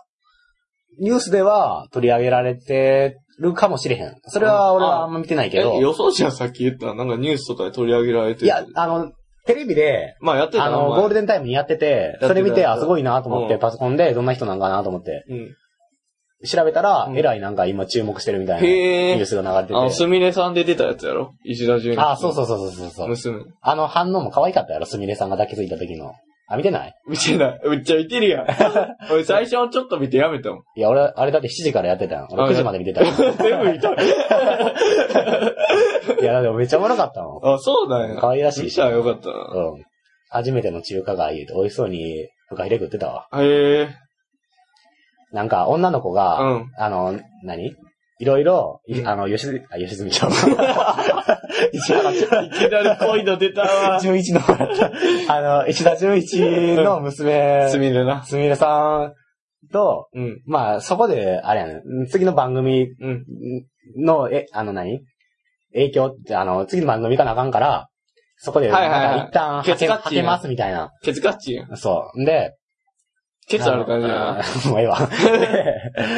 B: ニュースでは取り上げられてるかもしれへん。それは俺はあんま見てないけ
A: え、
B: ど。
A: 予想者さっき言ったらなんかニュースとかで取り上げられてる。
B: いや、あの、テレビで、
A: まあやってた
B: あの、ゴール
A: デ
B: デンタイムにやってて、
A: た
B: それ見て、あ、すごいなと思っ
A: う
B: て、
A: ん
B: パソコンでどんな人なんかなと思って、
A: ン。うん。
B: 調べたら
A: う、ん
B: えらいなんか今注目してるみたいなニ
A: へ
B: ュー
A: え。
B: スが流
A: あの、
B: れて
A: す
B: て。
A: みれさんで出たやつやろ石田純一。
B: あ、そうそうそうそうそうそう。
A: 娘。
B: あの反応も可愛かったやろ、すみれさんが抱きついた時の。あ、見てない
A: 見てない。めっちゃ見てるやん。 俺最初ちょっと見てやめたもん。
B: いや、俺、あれだって7時からやってたよ。
A: あ
B: 俺9時まで見てたよ。
A: 全部見た。
B: いや、でもめっちゃおもろかったもん。
A: あ、そうなんや。
B: 可愛らしい
A: 見
B: し。
A: たらよか
B: う
A: ったな。
B: ん。初めての中華街言うて美味しそうに、フカヒレ食ってたわ。
A: へえ。
B: なんか、女の子が、
A: うん。
B: あの、何いろいろ、い
A: うん
B: あの、吉住、あ、吉住ちゃん。 石原
A: いきなり恋の出た わ。
B: 純一の、あの、石田純一の娘、
A: すみれな。
B: すみれさんと、
A: うん。
B: まあ、そこで、あれやねん、次の番組
A: うん。
B: の、え、あの何影響って、あの、次の番組行かなあかんから、そこで、
A: はいはいはい
B: なんか一旦、はけ、
A: ケツカッ
B: は
A: チン
B: けますみたいな。
A: ケツカッチンや。
B: そう。んで、
A: ケツある感じや
B: あ
A: な。
B: のもうええわ。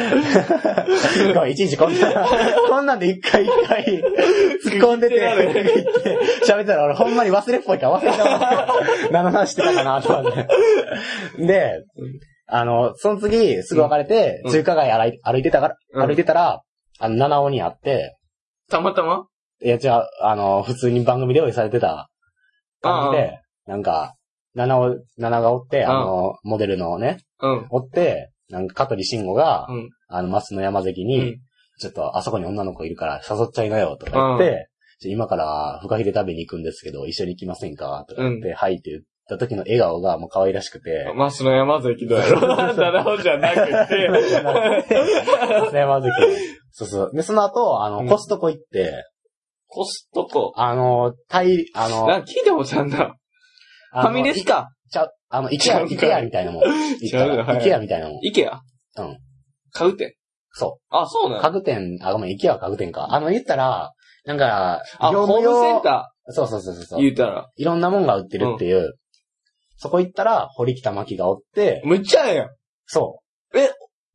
B: でごめんいちいちこ んな、こんなんで一回一回突っ込んでて、喋ってたら俺ほんまに忘れっぽいから忘れちゃう。何の話してたかなと思って。で
A: うん、
B: あの、その次、すぐ別れて、
A: うん
B: 中華街歩い歩いてたから、
A: うん
B: 歩いてたら、あの、七尾に会って、
A: たまたま
B: いや、じゃあ、あの、普通に番組で用意されてた感じ
A: あ
B: で、なんか、七尾、七がおって、あ
A: うん
B: の、モデルのね、
A: あ。うん。
B: おって、なんか、香取慎吾が、
A: うん
B: あの、松の山関
A: う
B: に、
A: ん。
B: ちょっと、あそこに女の子いるから、誘っちゃいなよ、とか言って、じゃあ今から、フカヒレ食べに行くんですけど、一緒に行きませんかとか言って、はいって言った時の笑顔がもう可愛らしくて、
A: マスの山崎どうや ろ七尾じゃなくて。
B: 松の 山関。そうそう。で、その後、あの、
A: うん
B: コストコ行って、
A: コストコ。
B: あの、タイ、あの、
A: なんか聞いたことあんな。フ
B: あの
A: ァミレスか。
B: ちゃう、あの、イ
A: ち
B: ケ
A: ゃ
B: ア、
A: うんか
B: イケアみた いなもん。イケ
A: ちゃうよは
B: ア
A: い
B: イケアみたいなもん。
A: イケア
B: うん。
A: 買うて。
B: そ
A: あ、そう
B: う。
A: なの
B: 家具店、あ、ごめん、イケアは家具店か。あの、言ったら、なんか、
A: あ、ホームセンタ
B: そうそうそうそうそ
A: ー
B: う。
A: 言うたら。
B: いろんなもんが売ってるっていう。そこ行ったら、堀北真希がおって、
A: むっちゃええやん。
B: そ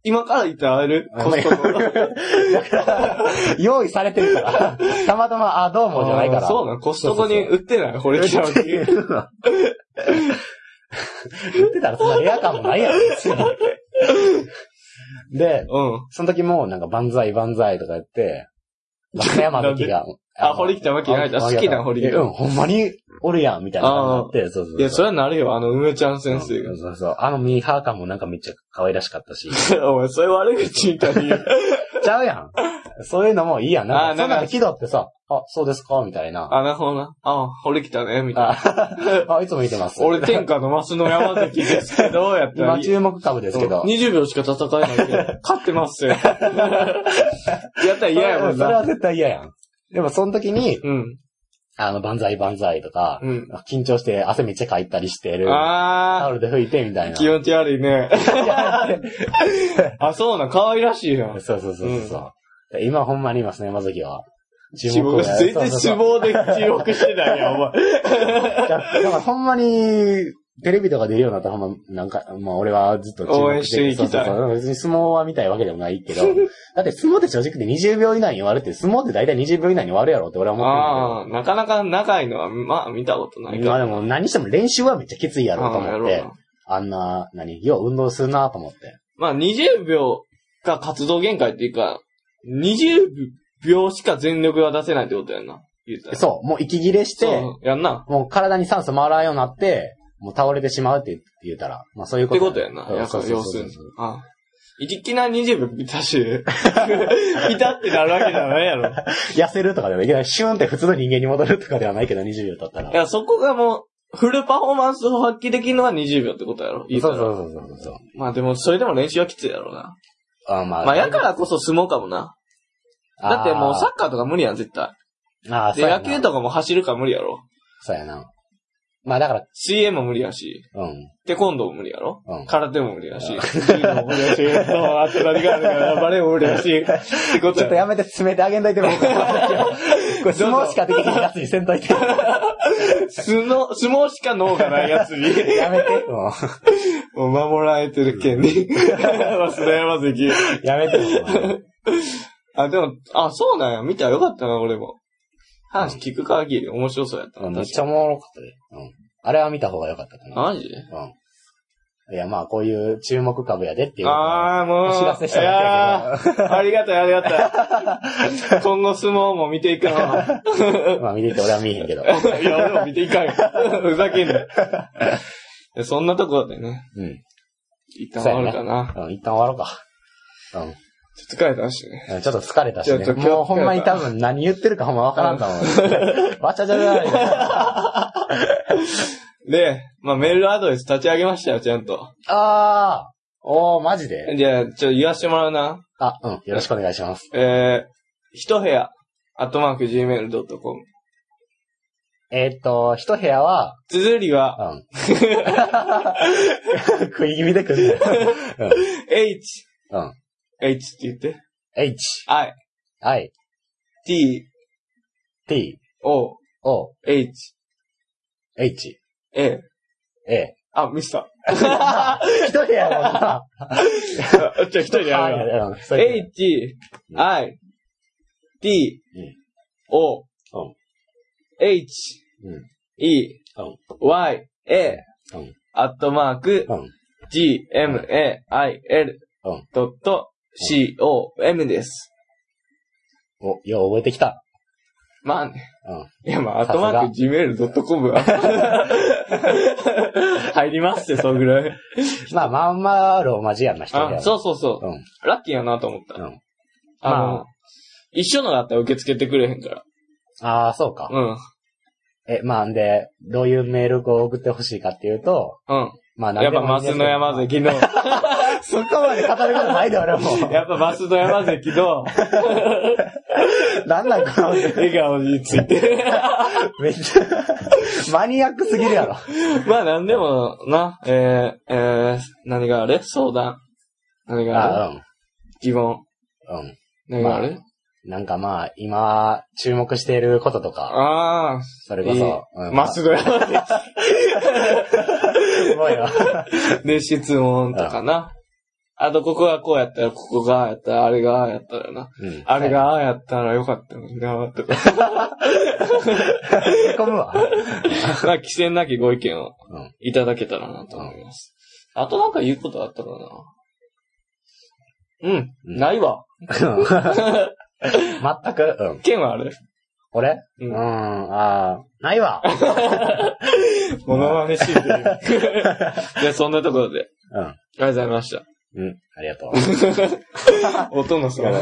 A: 今から行ったら会える
B: う。
A: コストコ。
B: だから、用意されて るから。たまたま、あ、どうもじゃないから。
A: あーそうなのコストコに売ってないこれ北脇。
B: 言 ってたらそんなレア感もない やろ、別にで、
A: うん。
B: その時も、なんか、万歳万歳とか言って、松山の木が。
A: あ、堀北真希ない。あ好きな堀
B: えうん、
A: 北。
B: ほんまに、おるやん、みたいな感じになって、そうそうそう。
A: いや、それはなるよ。あの、梅ちゃん先生
B: うんそうそう。あのミーハー感もなんかめっちゃ可愛らしかったし。
A: が。 お前、それ悪口みたいに言う。
B: ちゃうやん。そういうのもいいやん。な
A: あー
B: んか、そん
A: なん
B: な
A: か
B: んで気取ってさ、あ、そうですかみたいな。
A: あ、なるほどな。あ、堀北ね、みたいな。
B: あ、あいつも見てます。
A: 俺、天下のマスの山崎ですけど、やったら
B: 今。注目株ですけど。
A: 20秒しか戦えないけど、 勝ってますよ。やったら嫌やもん
B: それ
A: な。
B: は絶対嫌やん。でも、その時に、
A: うん。
B: あの、万歳万歳とか、
A: うん。
B: 緊張して汗めっちゃかいたりしてる。タ
A: あ
B: オルで拭いてみたい
A: ー、
B: な。
A: 気持ち悪い ね。あ、そうなん、可愛らしいな。
B: そうそうそうそうそう。今ほんまにいますね、山崎は。注
A: 死
B: 目
A: 亡、
B: をやる
A: 全然死亡で記憶してないやん、お前。
B: いやだからほんまに、テレビとか出るようになったらほんま、なんか、まあ俺はずっと注目
A: 応援していきたい
B: そうそうそう別に相撲は見たいわけでも ないけど、だって相撲って正直で20秒以内に終わるって、相撲って大体20秒以内に終わるやろって俺は思って
A: ああ、なかなか長いのは、まあ、見たことな
B: る
A: い
B: んだけど。まあ
A: か
B: でも何しても練習はめっちゃきついや
A: ら。
B: ろうと
A: ああ、や
B: 思っ
A: ろう
B: て
A: な。。
B: あんな、何よう運動するなと思って。
A: まあ、20秒が活動限界っていうか、20秒しか全力が出せないってことやんな。言ったら
B: そう、もう息切れして、
A: そうやんな。
B: もう体に酸素回らんようになって、もう倒れてしまうって言ったら、まあそういう
A: っ
B: こ
A: て
B: と。
A: ことやんな。やっぱ、
B: そうそう
A: 要
B: そ
A: す
B: う
A: るに。ああいきなり20秒ピタし、 ピタってなるわけじゃないやろ。
B: 痩せるとかでもいけない。シュンって普通の人間に戻るとかではないけど、20秒経ったら
A: い。や、そこがもう、フルパフォーマンスを発揮できるのは20秒ってことやろ。言った
B: そう
A: ら
B: そうそうそうそう。
A: まあでも、それでも練習はきついやろうな。
B: あまあ、
A: まあ、やからこそ相撲かもな。だってもうサッカーとか無理やん、絶対。
B: あー
A: で、野球
B: と。
A: とかも走るから無理やろ。
B: そうやな。まあだから、
A: CA も無理やし、
B: うん。
A: テコンドーも無理やろ。
B: うん。
A: 空手も無理やし、柔道も無理やし、あと何があるから、バレーも無理やし、ってこと
B: ちょっと
A: や
B: やめて詰めてあげんといても、僕の話をこれ相撲しかでき ないやつにせんといて。
A: 相撲、相撲しか脳がないやつに。
B: やめて。も
A: お守られてる県に。忘れ山関。
B: うやめて。
A: あ、でも、あ、そうなんや。見たらよかったな、俺も。話聞く限り面白そうやった
B: もう
A: な。
B: めっ
A: 確
B: ち
A: か
B: ゃ
A: に。
B: おもろかったで。うん。あれは見た方が良かったかな。
A: マジで
B: うん。いや、まあ、こういう注目株やでっていう。
A: あー、もう。
B: お知らせした
A: いや
B: だけ
A: ーありがたい、ありがたい。今後相撲も見ていかんわ。
B: やけど。まあ、見てて俺は見えへんけ ど。
A: いや、俺も見ていかんよ。 ふざけんなよ。いやそんなとこでね、
B: うん。
A: 一旦終わるかな。
B: うん、一旦終わろうか。うん。
A: ちょっと疲れたしね。
B: ちょっと疲れたしね
A: ちょっ。と今日
B: もうほんまに多分何言ってるかほんまわからんと思 う。わちゃじゃじゃない。
A: で、まあメールアドレス立ち上げましたよ、ちゃんと。
B: あー。おー、マジで。
A: じゃあ、ちょっと言わしてもらうな。
B: あ、うん。よろしくお願いします。
A: えー、一部屋、アットマーク gmail.com。
B: えーっと、一部屋は、
A: 綴りは、
B: うん。 食い気味で来るね。
A: h,
B: うん。
A: h って言って、
B: h,
A: i,
B: i,
A: t,
B: t,
A: o,
B: o,
A: h,
B: h,
A: a.
B: a.
A: あ、ミスタ
B: 一部屋もな。
A: ー。じゃあ一人でやるわ。
B: はいうんそういう
A: h, i, t,
B: うん
A: o,
B: うん
A: h,
B: うん。
A: e,
B: うん。
A: y, a,
B: うん
A: アットマーク、
B: うん。うん
A: gmail.com です。
B: お、よう覚えてきた。
A: まあね。
B: うん。
A: いや、まあ、ア
B: さ
A: ッ
B: す
A: ト
B: が
A: マーク gmail.com は。入りますって、そんぐらい。
B: まあ、まんまローマ字やんな、一部屋
A: あ、
B: は。
A: そうそうそうう。
B: ん。
A: ラッキーやなと思った。
B: うん
A: あの、
B: まあ
A: 一緒のだったら受け付けてくれへんから。
B: ああ、そうか。
A: うん。
B: え、まあ、んで、どういうメールを送ってほしいかっていうと、まあ、
A: うん。やっぱ、マ
B: マ
A: スの山。関の、
B: そこまで語ることないで、 俺も。
A: やっぱ、マスの山関の、
B: なんなんこの、
A: 笑顔について。
B: めっちゃ、 マニアックすぎるやろ。
A: まあ、なんでもな、えー、えー、何があれ相談。何があれ
B: あうん。
A: 疑問。
B: うん。
A: 何があれ
B: なんかまあ、今、注目していることとか、
A: ああ、
B: それこそ、うん
A: マスの山関。
B: すごいわ。
A: で、質問とかな。あと、ここがこうやったら、ここがああやったら、あれがああやったらな。
B: うん
A: あれ。がああやったらよかったのにな、と か。
B: へこむわ。
A: まあ、規制なきご意見を
B: うん
A: いただけたらなと思います。あとなんか言うことあったかな。うん、
B: うん
A: ないわ。
B: うん全く、うん。
A: 意見はある
B: 俺
A: う
B: うんん、あーないわ。
A: モノマネしいてる。じゃあ、そんなところで。
B: うん。
A: ありがとうございまし
B: うん、ありがとう。
A: た。音のすごい。